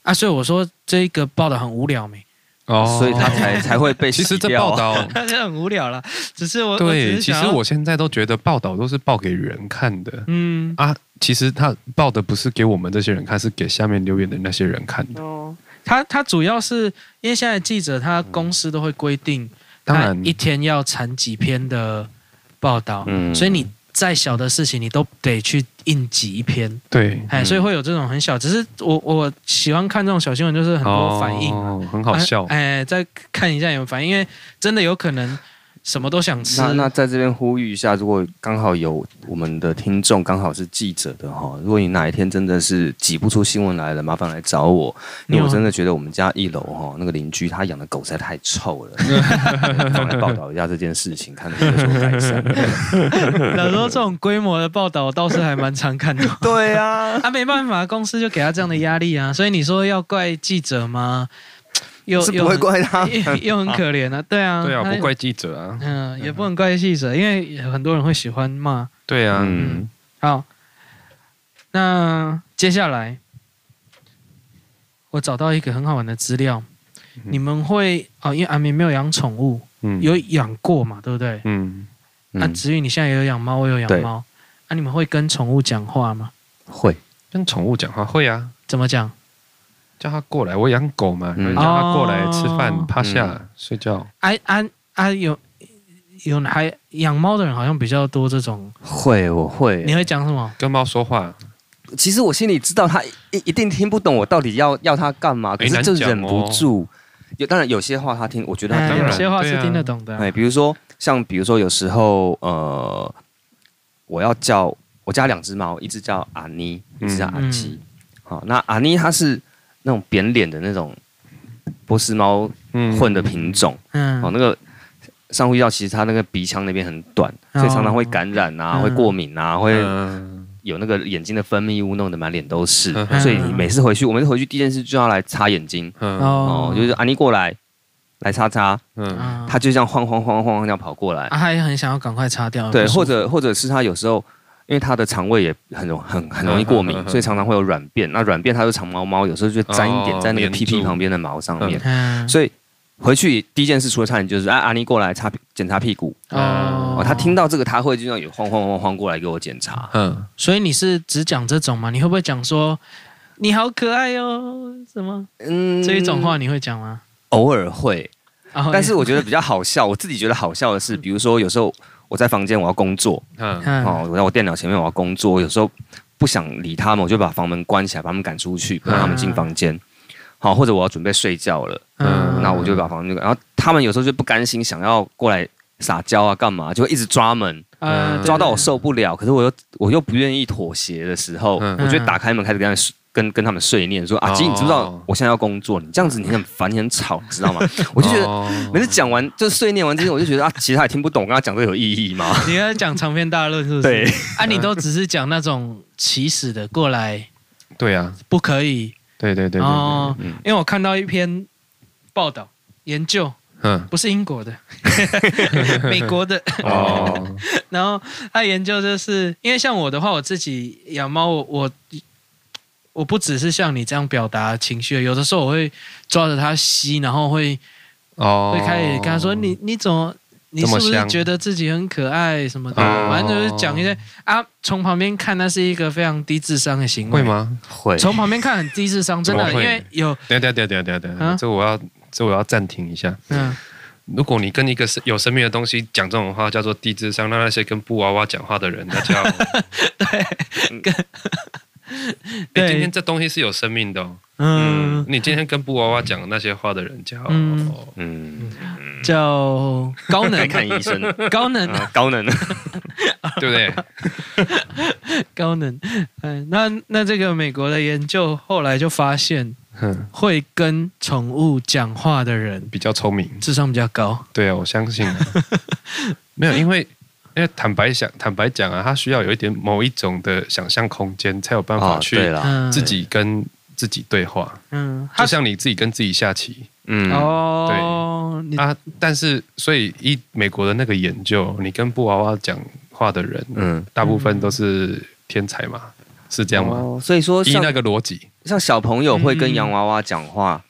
Speaker 1: 啊，所以我说这个报道很无聊没，。
Speaker 3: 哦
Speaker 2: 所以他才才会被
Speaker 3: (laughs) 其实
Speaker 2: 洗
Speaker 3: 这
Speaker 2: 掉
Speaker 3: 报
Speaker 2: 啊。
Speaker 3: 道
Speaker 1: 那就很无聊了，只是我
Speaker 3: (laughs) 对，其
Speaker 1: 我只是
Speaker 3: 实，
Speaker 1: 想要
Speaker 3: 我现在都觉得报道都是报给人看的
Speaker 1: 嗯，
Speaker 3: 啊。其实他报的不是给我们这些人看，是给下面留言的那些人看的。
Speaker 1: 嗯他他主要是因为现在记者他公司都会规定，
Speaker 3: 当
Speaker 1: 他
Speaker 3: 然，
Speaker 1: 一天要产几篇的报道，
Speaker 2: 嗯
Speaker 1: 所以你再小的事情你都得去应急一篇。
Speaker 3: 对，
Speaker 1: 哎，所以会有这种很小，只是我我喜欢看这种小新闻，就是很多反应，
Speaker 3: 哦，很好笑。
Speaker 1: 哎，哎再看一下有没有反应，因为真的有可能什么都想吃。
Speaker 2: 那那在这边呼吁一下，如果刚好有我们的听众刚好是记者的哈，如果你哪一天真的是挤不出新闻来了，麻烦来找我，因为
Speaker 1: 嗯
Speaker 2: 我真的觉得我们家一楼哈那个邻居他养的狗实在太臭了，上来报道一下这件事情，看能不能有所改善。
Speaker 1: 有时候这种规模的报道，我倒是还蛮常看到。
Speaker 2: 对啊，
Speaker 1: 啊，没办法，公司就给他这样的压力啊，所以你说要怪记者吗？又
Speaker 2: (laughs) 是
Speaker 1: 又
Speaker 2: 不会怪他。
Speaker 1: 又 (laughs) 又很可怜啊，对啊，
Speaker 3: 对啊，
Speaker 1: 他
Speaker 3: 不怪记者啊。
Speaker 1: 嗯，也不能怪记者，因为很多人会喜欢骂。
Speaker 3: 对啊，
Speaker 2: 嗯
Speaker 1: 好，那接下来我找到一个很好玩的资料，你们会啊、因为阿明没有养宠物，
Speaker 3: 嗯
Speaker 1: 有养过嘛，对不对？
Speaker 3: 嗯，
Speaker 1: 那、
Speaker 2: 嗯，
Speaker 1: 子玉你现在也有养猫，我有养
Speaker 2: 对
Speaker 1: 猫，那、你们会跟宠物讲话吗？
Speaker 2: 会
Speaker 3: 跟宠物讲话会啊，
Speaker 1: 怎么讲？
Speaker 3: 叫他过来，我养狗嘛，
Speaker 2: 嗯
Speaker 3: 叫他过来吃
Speaker 1: 哦
Speaker 3: 饭、趴
Speaker 2: 嗯
Speaker 3: 下、睡觉。
Speaker 1: 啊啊啊！有有还养猫的人好像比较多这种，
Speaker 2: 会，我会。
Speaker 1: 你会讲什么？
Speaker 3: 跟猫说话，
Speaker 2: 其实我心里知道他一一一定听不懂我到底要要他干嘛，可
Speaker 3: 哎
Speaker 2: 是就
Speaker 3: 难讲
Speaker 2: 忍不
Speaker 3: 哦
Speaker 2: 住。有当然有些话他听，我觉得他
Speaker 1: 哎
Speaker 2: 听
Speaker 3: 当
Speaker 2: 得
Speaker 1: 有
Speaker 3: 然
Speaker 2: 懂。
Speaker 1: 些话
Speaker 3: 对
Speaker 1: 是
Speaker 3: 啊
Speaker 1: 听得懂的啊、
Speaker 2: 哎，比如说像比如说有时候呃，
Speaker 3: 嗯
Speaker 2: 我要叫我家两只猫，一只叫阿妮，一只叫阿基。好，那阿妮她是那种扁脸的那种波斯猫
Speaker 3: 嗯
Speaker 2: 混的品种，
Speaker 1: 嗯，
Speaker 2: 哦，那个上呼吸道其实它那个鼻腔那边很短，
Speaker 1: 哦
Speaker 2: 所以常常会感染啊，
Speaker 1: 嗯
Speaker 2: 会过敏啊，会
Speaker 3: 嗯
Speaker 2: 有那个眼睛的分泌物弄得满脸都是
Speaker 3: 嗯，
Speaker 2: 所以你每次回去，我们回去第一件事就要来擦眼睛，
Speaker 3: 嗯
Speaker 1: 哦
Speaker 2: 哦，就是阿妮过来来擦擦，
Speaker 3: 嗯
Speaker 1: 啊
Speaker 2: 她就这样晃晃晃晃晃这样跑过来，
Speaker 1: 啊，他也很想要赶快擦掉，
Speaker 2: 对，
Speaker 1: 不舒服
Speaker 2: 或者或者是他有时候，因为他的肠胃也很容很很容易过敏
Speaker 3: 嗯嗯嗯，嗯
Speaker 2: 所以常常会有软便。那软便它是长毛毛，有时候就沾一点
Speaker 3: 哦
Speaker 2: 在那个屁屁
Speaker 3: 黏住
Speaker 2: 旁边的毛上面。
Speaker 1: 嗯，
Speaker 2: 所以回去第一件事除了擦脸，就是啊阿妮过来擦检查屁股。
Speaker 1: 哦
Speaker 2: 哦，他听，到这个他会就让有晃晃晃晃过来给我检查。
Speaker 3: 嗯，
Speaker 1: 所以你是只讲这种吗？你会不会讲说你好可爱哦，什么
Speaker 2: 嗯
Speaker 1: 这一种话你会讲吗？
Speaker 2: 偶尔会，
Speaker 1: 啊
Speaker 2: 但是我觉得比较好笑， (laughs) 我自己觉得好笑的是，比如说有时候我在房间我要工作，
Speaker 3: 嗯
Speaker 1: 嗯
Speaker 2: 哦，我在我电脑前面我要工作，有时候不想理他们，我就把房门关起来，把他们赶出
Speaker 1: 嗯
Speaker 2: 去，不让他们进房间。好，或者我要准备睡觉了，
Speaker 3: 嗯
Speaker 2: 那我就把房门，然后他们有时候就不甘心，想要过来撒娇啊，干嘛，就会一直抓门，
Speaker 1: 呃
Speaker 2: 嗯抓到我
Speaker 1: 手，
Speaker 2: 受不了，可是我又我又不愿意妥协的时候，
Speaker 3: 嗯
Speaker 2: 我就会打开门开始跟他们跟跟他们碎念说：“阿啊基，你知不知道
Speaker 3: 哦
Speaker 2: 我现在要工作？你这样子你很烦，你很吵，你
Speaker 1: (laughs)
Speaker 2: 知道吗？”
Speaker 1: 哦
Speaker 2: 我就觉得
Speaker 3: 得
Speaker 2: 每次讲完就是碎念完之后，我就觉得啊，其实他也听不懂，我跟他讲这有意
Speaker 1: (laughs)
Speaker 2: 义吗？
Speaker 1: 你要讲长篇大论是不是？
Speaker 2: 对，
Speaker 1: 啊，你都只是讲那种起始的过来
Speaker 3: 对啊，
Speaker 1: 不可以
Speaker 3: 对对对对对，
Speaker 1: 哦
Speaker 2: 对嗯，
Speaker 1: 因为我看到一篇报道研究， (laughs)
Speaker 3: 嗯
Speaker 1: 不是英国的，美国的， (laughs)
Speaker 3: 哦，
Speaker 1: 然后他研究就是因为像我的话，我自己养猫，我我我不只是像你这样表达情绪，有的时候我会抓着它吸，然后会
Speaker 3: 哦，
Speaker 1: 会开始跟它说、你你怎么你是
Speaker 3: 这么
Speaker 1: 不是
Speaker 3: 香
Speaker 1: 觉得自己很可爱什么的，
Speaker 3: 哦
Speaker 1: 反正就是讲一些啊，从旁边看那是一个非常低智商的行为
Speaker 3: 会。吗？
Speaker 2: 会
Speaker 1: 从旁边看很低智商，真的，
Speaker 3: 怎
Speaker 1: 因
Speaker 3: 么会
Speaker 1: 为有
Speaker 3: 等一下等一下等一下等一下等一
Speaker 1: 啊
Speaker 3: 下，这我要这我要暂停一下。
Speaker 1: 嗯
Speaker 3: 如果你跟一个是有生命的东西讲这种话，叫做低智商，那那些跟布娃娃讲话的人，那叫 (laughs) 对。
Speaker 1: 对
Speaker 3: 哎，今天这东西是有生命的哦。
Speaker 1: 嗯
Speaker 3: 嗯，你今天跟布娃娃讲的那些话的人叫
Speaker 1: 嗯
Speaker 2: 嗯，
Speaker 1: 叫高能
Speaker 3: (laughs)
Speaker 2: 来看医
Speaker 1: (laughs)
Speaker 2: 生。
Speaker 1: 高
Speaker 3: 嗯
Speaker 1: 能
Speaker 2: 啊高能，
Speaker 3: 对不对？
Speaker 1: 高能，嗯，那那这个美国的研究后来就发现，
Speaker 3: 嗯，
Speaker 1: 会跟宠物讲话的人
Speaker 3: 比较聪明。
Speaker 1: 智商比较高。
Speaker 3: 对啊，我相信、啊。 (laughs) 没有，因为因为坦白想，坦白讲啊，他需要有一点某一种的想象空间，才有办法
Speaker 2: 哦，对
Speaker 3: 去
Speaker 2: 了，
Speaker 1: 嗯，
Speaker 3: 啊自己跟自己对话。
Speaker 1: 嗯，
Speaker 3: 就
Speaker 1: 他
Speaker 3: 像你自己跟自己下棋
Speaker 2: 嗯，
Speaker 1: 哦，你
Speaker 3: 啊，但是所以一美国的那个研究，你跟布娃娃讲话的人，
Speaker 2: 嗯，
Speaker 3: 大部分都是天才嘛，是这样吗？
Speaker 2: 哦所以说
Speaker 3: 依
Speaker 2: 像
Speaker 3: 那个逻辑，
Speaker 2: 像小朋友会
Speaker 1: 嗯
Speaker 2: 跟洋娃娃讲话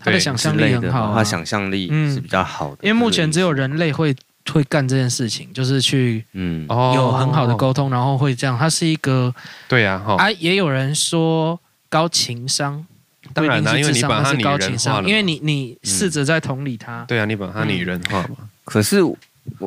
Speaker 1: 他的
Speaker 3: 对
Speaker 1: 想
Speaker 2: 之
Speaker 1: 象力
Speaker 2: 类
Speaker 1: 很
Speaker 2: 的
Speaker 1: 好
Speaker 2: 嘛，
Speaker 1: 啊，
Speaker 2: 他想象力
Speaker 1: 嗯
Speaker 2: 是比较好的。
Speaker 1: 因为目前只有
Speaker 2: 对
Speaker 1: 人类会会干这件事情，就是去
Speaker 2: 嗯
Speaker 3: 哦，
Speaker 1: 有很好的，沟通，然后会这样。它是一个
Speaker 3: 对呀、哈、
Speaker 1: 啊，也有人说高情商。
Speaker 3: 当然啦
Speaker 1: 不一定是智
Speaker 3: 因为你把
Speaker 1: 商，
Speaker 3: 它
Speaker 1: 但是高
Speaker 3: 拟人
Speaker 1: 情
Speaker 3: 化
Speaker 1: 商，
Speaker 3: 了嗯
Speaker 1: 因为你你试着在同理他，
Speaker 3: 对啊，你把它
Speaker 1: 嗯
Speaker 3: 拟人化嘛，
Speaker 2: 可是我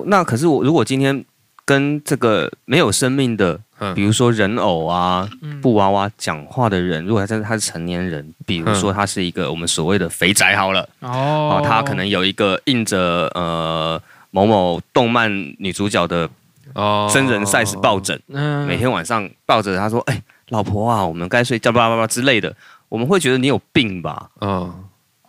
Speaker 2: 那可是我如果今天跟这个没有生命的，比
Speaker 3: 嗯，
Speaker 2: 如说人偶啊、
Speaker 1: 嗯
Speaker 2: 布娃娃讲话的人，如果他真的他是成年人，比如说他是一个我们所谓的肥宅好了，
Speaker 1: 嗯哦
Speaker 2: 哦，，他可能有一个印着呃某某动漫女主角的
Speaker 3: 哦
Speaker 2: 真人 size 抱枕。
Speaker 1: 嗯
Speaker 2: 每天晚上抱着他说：“哎、老婆啊，我们该睡觉，叭叭叭之类的。”我们会觉得你有病吧？
Speaker 3: 嗯，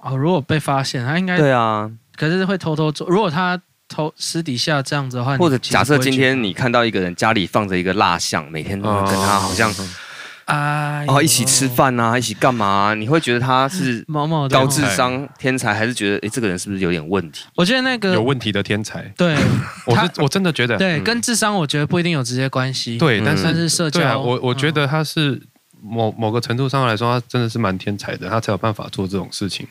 Speaker 1: 哦，如果被发现，他应该
Speaker 2: 对啊，
Speaker 1: 可是会偷偷做。如果他偷私底下这样子的话，
Speaker 2: 或者
Speaker 1: 你其实
Speaker 2: 假设
Speaker 1: 不会
Speaker 2: 今
Speaker 1: 觉哦
Speaker 2: 天你看到一个人家里放着一个蜡像，每天都会跟他好像
Speaker 1: 得哎呦
Speaker 2: 哦一起吃饭啊，一起干嘛啊、你会觉得他是
Speaker 1: 毛毛的
Speaker 2: 高
Speaker 1: 哦
Speaker 2: 智商天才，还是觉得哎、诶这个人是不是有点问题？
Speaker 1: 我觉得那
Speaker 3: 有
Speaker 1: 个
Speaker 3: 问题的天才，
Speaker 1: 对
Speaker 3: 我
Speaker 1: 他
Speaker 3: 是我真的觉得
Speaker 1: 对
Speaker 2: 嗯
Speaker 1: 跟智商，我觉得不一定有直接关系。，
Speaker 3: 对，
Speaker 2: 嗯
Speaker 3: 但是、
Speaker 1: 但是社交
Speaker 3: 对啊，我我觉
Speaker 1: 嗯
Speaker 3: 得他是某某个程度上来说，他真的是蛮天才的，他才有办法做这种事情。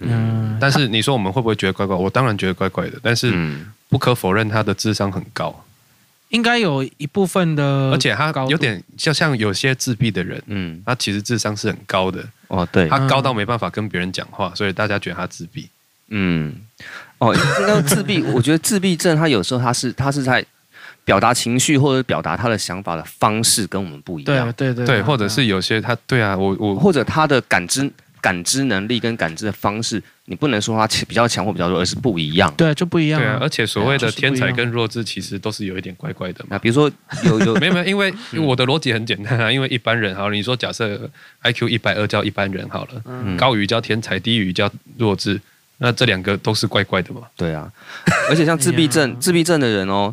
Speaker 1: 嗯，
Speaker 3: 但是你说我们会不会觉得怪怪？我当然觉得怪怪的，但是
Speaker 2: 嗯，
Speaker 3: 不可否认他的智商很高，
Speaker 1: 应该有一部分的，
Speaker 3: 而且他
Speaker 1: 呃高度
Speaker 3: 有点就像有些自闭的人，
Speaker 2: 嗯，
Speaker 3: 他其实智商是很高的，
Speaker 2: 哦，对，
Speaker 3: 他高到没办法跟别人讲话，所以大家觉得他自闭。
Speaker 2: 嗯，哦，那自闭， (laughs) 我觉得自闭症他有时候他是他是在表达情绪或者表达他的想法的方式跟我们不一样
Speaker 1: 对。对对啊
Speaker 3: 对，或者是有些他对啊，我我
Speaker 2: 或者他的感知感知能力跟感知的方式，你不能说他比较强或比较弱，而是不一样。
Speaker 1: 对，就不一样
Speaker 3: 对啊，
Speaker 1: 啊。
Speaker 3: 而且所谓
Speaker 1: 就
Speaker 3: 的
Speaker 1: 是不一样
Speaker 3: 天才跟弱智其实都是有一点怪怪的嘛
Speaker 2: 那。比如说有
Speaker 3: (laughs)
Speaker 2: 有
Speaker 3: 没有没有，因为因为我的逻辑很简单啊，因为一般人好了，你说假设 IQ 一百二叫一般人好了，
Speaker 2: 嗯
Speaker 3: 高于叫天才，低于叫弱智，那这两个都是怪怪的嘛。
Speaker 2: 对啊，而且像自闭
Speaker 1: 哎呀
Speaker 2: 症，自闭症的人哦，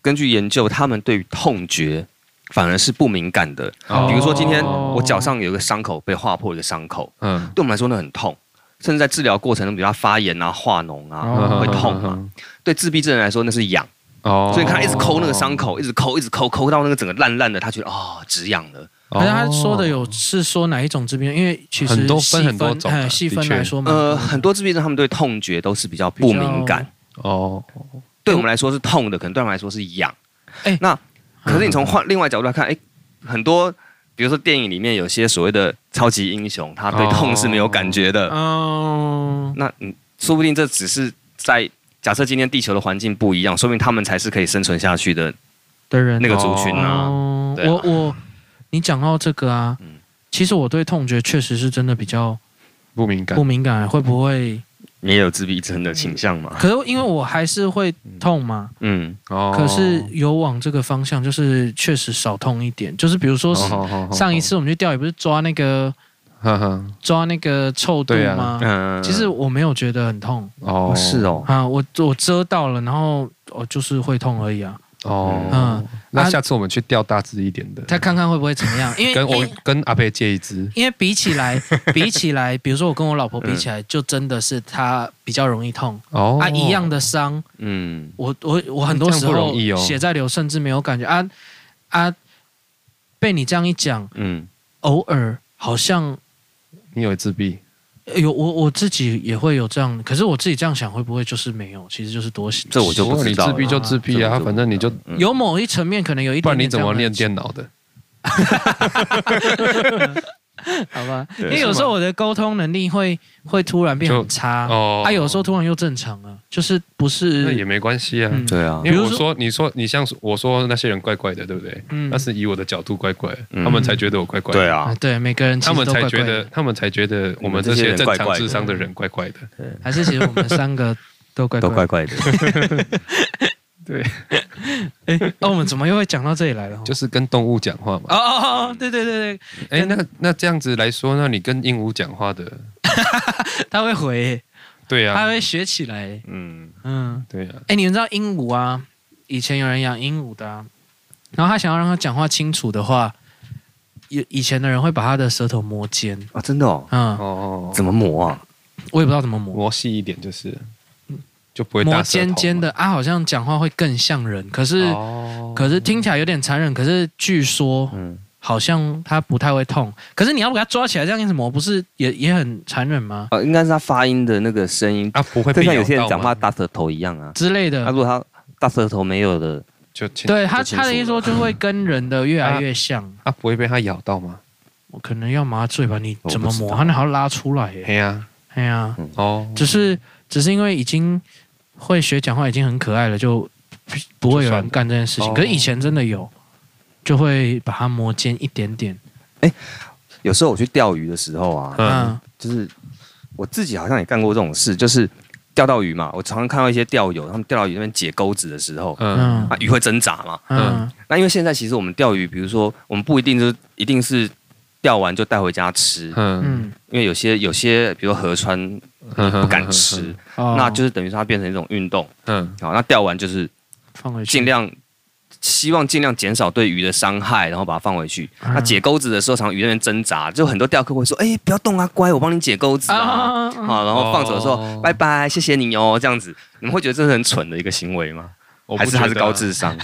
Speaker 2: 根据研究，他们对于痛觉反而是不敏感的。
Speaker 3: 哦
Speaker 2: 比如说今天
Speaker 1: 哦
Speaker 2: 我脚上有一个伤口被划破一个伤口，
Speaker 3: 嗯，
Speaker 2: 对我们来说那很痛，甚至在治疗过程中，比如它发炎啊、化脓啊，
Speaker 1: 哦
Speaker 2: 会痛
Speaker 3: 嗯
Speaker 2: 嘛对自闭症人来说那是痒，
Speaker 3: 哦
Speaker 2: 所以你看他一直抠那个伤口，一直抠，一直抠，抠到那个整个烂烂的，他觉得哦止痒了。
Speaker 3: 哦
Speaker 1: 而且他说的有是说哪一种治病，因为其实
Speaker 3: 很多
Speaker 1: 细
Speaker 3: 分很多种啊
Speaker 1: 哎细
Speaker 3: 的
Speaker 1: 分
Speaker 3: 确
Speaker 1: 来说嘛，
Speaker 2: 呃，很多自闭症他们对痛觉都是比较不敏感，
Speaker 3: 哦，
Speaker 2: 对我们来说是痛的，可能对他们来说是痒。
Speaker 1: 哎
Speaker 2: 那可是你从换另外角度来看，哎，很多比如说电影里面有些所谓的超级英雄，他对痛是没有感觉
Speaker 3: 哦
Speaker 2: 的。
Speaker 1: 嗯，
Speaker 2: 那嗯，说不定这只是在假设今天地球的环境不一样，说明他们才是可以生存下去的
Speaker 3: 哦
Speaker 1: 的人
Speaker 2: 那个族群啊。
Speaker 1: 哦
Speaker 2: 对啊
Speaker 1: 我我你讲到这个啊，
Speaker 2: 嗯
Speaker 1: 其实我对痛觉确实是真的比较
Speaker 3: 不敏感
Speaker 1: 不，敏
Speaker 2: 嗯
Speaker 1: 感，会不会？
Speaker 2: 也有自闭症的倾向嘛？
Speaker 1: 可是因为我还是会痛嘛，
Speaker 2: 嗯，
Speaker 3: 哦
Speaker 1: 可是有往这个方向，就是确实少痛一点。就是比如说
Speaker 2: 哦
Speaker 3: 哦
Speaker 1: 上一次我们去钓鱼，不是抓那个
Speaker 3: 呵呵
Speaker 1: 抓那个臭肚
Speaker 3: 对啊
Speaker 1: 吗？
Speaker 2: 嗯
Speaker 1: 其实我没有觉得很痛
Speaker 3: 哦
Speaker 2: 是哦，
Speaker 1: 啊，我我遮到了，然后我就是会痛而已啊。
Speaker 3: 哦，
Speaker 1: 嗯
Speaker 3: 那
Speaker 1: 啊
Speaker 3: 下次我们去钓大只一点的，
Speaker 1: 再看看会不会怎么样，因为
Speaker 3: 跟我
Speaker 1: 因为
Speaker 3: 跟阿贝借一只，
Speaker 1: 因为比起来，
Speaker 3: (laughs)
Speaker 1: 比起来，比如说我跟我老婆比起来，就真的是她比较容易痛。
Speaker 3: 嗯哦，
Speaker 1: 啊，一样的伤，
Speaker 2: 嗯，
Speaker 1: 我我我很多
Speaker 3: 这样
Speaker 1: 时
Speaker 3: 不
Speaker 1: 候
Speaker 3: 容易哦
Speaker 1: 血在流，甚至没有感觉啊啊！被你这样一讲，
Speaker 2: 嗯，
Speaker 1: 偶尔好像
Speaker 3: 你有自闭，
Speaker 1: 呃有我我自己也会有这样，可是我自己这样想会不会就是没有？其实就是多想
Speaker 2: 这我就不
Speaker 3: 你
Speaker 2: 知道
Speaker 3: 自
Speaker 2: 了
Speaker 3: 闭就自闭啊，
Speaker 2: 这我就不知道
Speaker 3: 反正你就，
Speaker 2: 嗯
Speaker 1: 有某一层面可能有一
Speaker 3: 不
Speaker 1: 点
Speaker 3: 然你
Speaker 1: 点这
Speaker 3: 怎
Speaker 1: 样
Speaker 3: 么
Speaker 1: 的
Speaker 3: 练电脑的？
Speaker 1: 好吧？因
Speaker 2: 对
Speaker 1: 为有时候我的沟通能力会会突然变
Speaker 3: 就
Speaker 1: 很差，
Speaker 3: 哦
Speaker 1: 啊，有时候突然又正常了，就是不
Speaker 3: 那也
Speaker 1: 是
Speaker 3: 没关系啊。
Speaker 1: 嗯
Speaker 2: 对啊
Speaker 3: 因，为
Speaker 1: 比如
Speaker 3: 我
Speaker 1: 说
Speaker 3: 说，你说你像我说那些人怪怪的，对不对？
Speaker 1: 嗯
Speaker 3: 那是以我的角度怪怪，
Speaker 2: 嗯
Speaker 3: 他们才觉得我怪怪，
Speaker 2: 对
Speaker 3: 啊，
Speaker 1: 啊
Speaker 2: 啊，
Speaker 1: 对每个人其
Speaker 3: 他
Speaker 1: 实
Speaker 3: 们
Speaker 1: 都怪
Speaker 3: 才
Speaker 1: 怪
Speaker 3: 觉
Speaker 1: 的
Speaker 3: 得，他们才觉得我们这些正常智商的人怪怪的。
Speaker 1: (laughs) 还是其实我们三个都怪
Speaker 2: 都
Speaker 1: 怪
Speaker 2: 怪怪的。
Speaker 1: 哎，那、我们怎么又会讲到这里来了？
Speaker 3: 就是是跟动物讲话嘛
Speaker 1: 哦。哦哦，对对对
Speaker 3: 哎，那那这样子来说，那你跟鹦鹉讲话的，
Speaker 1: 对，他会回，
Speaker 3: 对
Speaker 1: 他
Speaker 3: 啊，
Speaker 1: 会学起来。
Speaker 2: 嗯，
Speaker 1: 嗯，
Speaker 3: 对啊，
Speaker 1: 哎，你们知道鹦鹉啊？以前有人养鹦鹉的、啊，然后他想要让它讲话清楚的话，以以前的人会把它的舌头磨尖。
Speaker 2: 啊，真的哦，
Speaker 1: 嗯，
Speaker 3: 哦，
Speaker 2: 怎么磨啊？
Speaker 1: 我也不知道怎么磨，
Speaker 3: 磨细一点就是，就不会
Speaker 1: 磨
Speaker 3: 大舌头
Speaker 1: 尖
Speaker 3: 嘛
Speaker 1: 尖的啊，好像讲话会更像人。可是，
Speaker 3: 哦
Speaker 1: 可是听起来有点残忍。可是据说
Speaker 2: 嗯，
Speaker 1: 好像它不太会痛。可是你要把它抓起来，这样一直磨，不是也也很残忍吗？
Speaker 2: 呃，应该是他发音的那个声音，
Speaker 3: 啊，不会
Speaker 2: 就
Speaker 3: 被
Speaker 2: 像
Speaker 3: 咬
Speaker 2: 有些人
Speaker 3: 到
Speaker 2: 讲
Speaker 3: 吗
Speaker 2: 话大舌头一样啊。
Speaker 1: 之类
Speaker 3: 嗯
Speaker 2: 那
Speaker 1: 的
Speaker 2: 如。果他大舌头没有的，
Speaker 3: 就亲
Speaker 1: 对他
Speaker 2: 就清
Speaker 1: 他的
Speaker 2: 楚
Speaker 1: 意思说，就会跟人的越来越像。
Speaker 3: 啊，不会被它咬到吗？
Speaker 1: 我可能要麻醉吧？你怎么
Speaker 2: 我不知
Speaker 1: 磨？
Speaker 2: 道
Speaker 1: 他那还要拉出来耶？
Speaker 3: 嘿呀，
Speaker 1: 哎呀，
Speaker 3: 哦，
Speaker 1: 只是只是因为已经会学讲话，已经很可爱了，就不会有人干这件事情。
Speaker 3: 就算了
Speaker 1: 可是以前真的有，就会把它磨尖一点点。
Speaker 2: 有时候我去钓鱼的时候啊，
Speaker 3: 嗯
Speaker 1: 嗯，
Speaker 2: 就是我自己好像也干过这种事，就是钓到鱼嘛。我常常看到一些钓友，他们钓到鱼那边解钩子的时候，
Speaker 3: 嗯
Speaker 1: 嗯
Speaker 2: 啊，鱼会挣扎嘛。
Speaker 1: 嗯
Speaker 2: 那因为现在其实我们钓鱼，比如说我们不一定就是一定是钓完就带回家吃，
Speaker 3: 嗯
Speaker 1: 嗯，
Speaker 2: 因为有些有些比如说河川
Speaker 3: 嗯，
Speaker 2: 不敢吃，
Speaker 1: 哦
Speaker 2: 那就是等于说它变成一种运动。
Speaker 3: 嗯，
Speaker 2: 好，那钓完就是
Speaker 1: 放回去，
Speaker 2: 尽量希望尽量减少对鱼的伤害，然后把它放回去。
Speaker 1: 嗯
Speaker 2: 那解钩子的时候，常常鱼在那边挣扎，就很多钓客会说：“哎、不要动啊，乖，我帮你解钩子
Speaker 1: 啊
Speaker 2: 啊。
Speaker 1: 啊啊啊
Speaker 2: 好，然后放走的时候，
Speaker 3: 哦
Speaker 2: 拜拜，谢谢你哦，这样子，你们会觉得这是很蠢的一个行为吗？
Speaker 3: 我不
Speaker 2: 还是他是
Speaker 3: 觉得啊
Speaker 2: 高智商？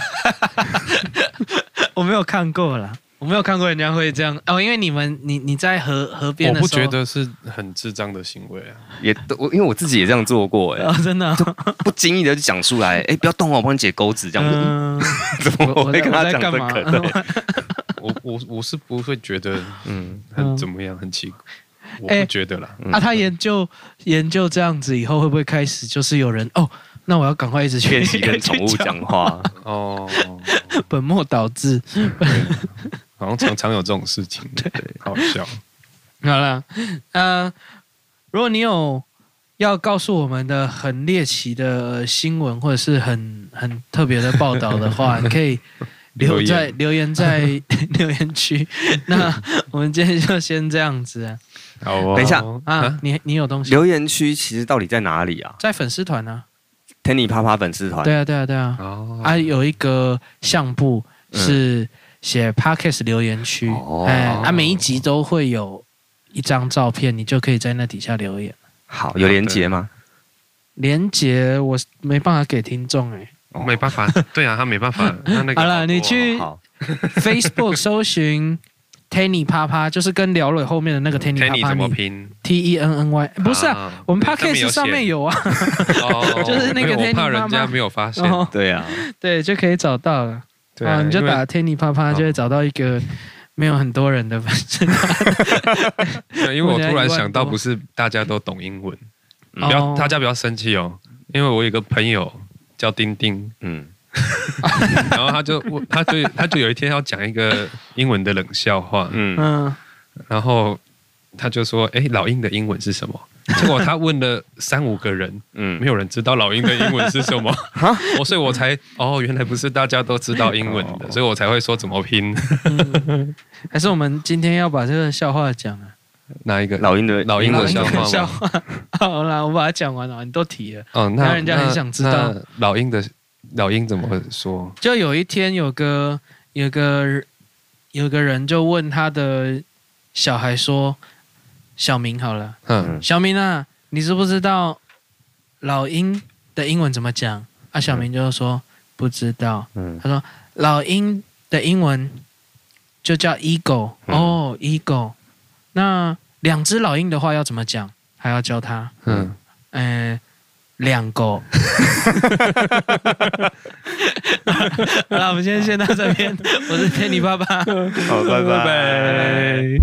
Speaker 1: 我没有看过啦。我没有看过人家会这样哦，因为你们你你在河河边
Speaker 3: 我
Speaker 1: 的
Speaker 3: 不
Speaker 1: 时候，
Speaker 3: 觉得是很智障的行为啊。
Speaker 2: 也我因为我自己也这样做过、哎，
Speaker 1: 哦，真的哦、
Speaker 2: 不经意的就讲出来，哎、不要动哦，我帮你解钩子，这样、嗯、
Speaker 1: 嗯，
Speaker 2: (laughs) 怎么
Speaker 1: 我
Speaker 2: 我
Speaker 1: 我
Speaker 2: 会
Speaker 1: 在
Speaker 2: 跟
Speaker 1: 我
Speaker 2: 他
Speaker 1: 在
Speaker 2: 讲这
Speaker 1: 干嘛？
Speaker 2: 个？对，
Speaker 3: 我我我是不会觉得
Speaker 2: 嗯，
Speaker 3: 很
Speaker 1: 嗯
Speaker 3: 怎么样，很奇怪，我
Speaker 1: 哎
Speaker 3: 不觉得啦。
Speaker 2: 嗯
Speaker 1: 啊，他研究研究这样子以后，会不会开始就是有人哦？那我要赶快一直去
Speaker 2: 练习跟宠物
Speaker 1: (laughs) 去
Speaker 2: 讲话，
Speaker 3: 哦，
Speaker 1: 本末倒置。 (laughs)
Speaker 3: 好像常常有这种事情，对，好笑。
Speaker 1: 好了，呃，如果你有要告诉我们的很猎奇的新闻，或者是很很特别的报道的话，你可以留在留言在留言区。那我们今天就先这样子啊
Speaker 3: 好哦
Speaker 2: 等一下
Speaker 1: 啊，你你有东西
Speaker 2: 留言区其实到底在哪里啊
Speaker 1: 在粉丝团呢？
Speaker 2: ？Tenny 啪啪粉丝团，
Speaker 1: 对啊，对啊，对啊。
Speaker 3: 哦，
Speaker 1: 啊，有一个相簿
Speaker 2: 嗯
Speaker 1: 是写 Podcast 留言区，
Speaker 2: 哦
Speaker 1: 哎，啊，每一集都会有一张照片，你就可以在那底下留言。
Speaker 2: 好，有连接吗？
Speaker 1: 连接我没办法给听众
Speaker 3: (laughs)
Speaker 1: 哎、
Speaker 2: 哦
Speaker 3: 没办法，
Speaker 1: (laughs)
Speaker 3: 对啊，他没办法。他那个
Speaker 1: 好了
Speaker 3: 多
Speaker 1: 你去
Speaker 2: 好啊
Speaker 1: f a c e b o o k 搜寻 Tenny 啪啪，就是跟聊磊后面的那个 Tenny
Speaker 3: 嗯，Tenny
Speaker 1: 啪啪
Speaker 3: 怎么
Speaker 1: 你
Speaker 3: 拼？
Speaker 1: T E N N Y，不是啊，
Speaker 3: 啊
Speaker 1: 我们
Speaker 3: 对上
Speaker 1: Podcast 上面
Speaker 3: 有
Speaker 1: 有啊，
Speaker 3: 写，哦
Speaker 1: (laughs) 就是那个
Speaker 3: 因为
Speaker 1: Tenny
Speaker 3: 我怕
Speaker 1: 妈
Speaker 3: 人
Speaker 1: 妈
Speaker 3: 家没有发
Speaker 1: (laughs)
Speaker 3: 现
Speaker 1: 然，后
Speaker 2: 对啊，
Speaker 1: 哦对就可以找到了。
Speaker 3: 对
Speaker 1: 啊，
Speaker 3: 啊，
Speaker 1: 你就
Speaker 3: 因为
Speaker 1: 打 Tenny 啪啪，就会找到一个没有很多人的粉丝团。
Speaker 3: 对因为我突然想到，
Speaker 1: 我
Speaker 3: 不是大家都懂英文，
Speaker 2: 嗯
Speaker 3: 不要
Speaker 1: 哦
Speaker 3: 大家不要生气哦，因为我有一个朋友叫丁丁，
Speaker 2: 嗯，
Speaker 3: 然后他就 (laughs) 我他就他就有一天要讲一个英文的冷笑话，
Speaker 2: 嗯
Speaker 1: 嗯，
Speaker 3: 然后他就说：“哎，老鹰的英文是什么？”结果他问了三五个人，
Speaker 2: 嗯
Speaker 3: 没有人知道老鹰的英文是什
Speaker 2: (laughs)
Speaker 3: 么，我所以我才哦，原来不是大家都知道英文的，
Speaker 2: 哦
Speaker 3: 所以我才会说怎么拼
Speaker 1: 嗯还是我们今天要把这个笑话讲了。
Speaker 3: 哪一个。
Speaker 2: 老鹰的
Speaker 3: 老鹰
Speaker 1: 好
Speaker 3: 的
Speaker 1: 啦
Speaker 3: 笑话
Speaker 1: (laughs)
Speaker 3: 吗
Speaker 1: 笑话，好啦，我把它讲完了，你都提了。
Speaker 3: 哦，
Speaker 1: 那
Speaker 3: 那
Speaker 1: 人家很想知道
Speaker 3: 那老鹰的老鹰怎么说？
Speaker 1: 就有一天有个有个有个人就问他的小孩说：“小明好了，
Speaker 3: 嗯，
Speaker 1: 小明啊，你知不知道老鹰的英文怎么讲？”啊，小明就说：“不知道。”
Speaker 2: 嗯
Speaker 1: 他说老鹰的英文就叫 eagle、
Speaker 2: 嗯
Speaker 1: 哦，eagle。那两只老鹰的话要怎么讲？还要教他，
Speaker 3: 嗯，
Speaker 1: 嗯、两 (laughs) 狗。好了，我们今天先到这边。我是天你爸爸。
Speaker 2: 好，拜拜。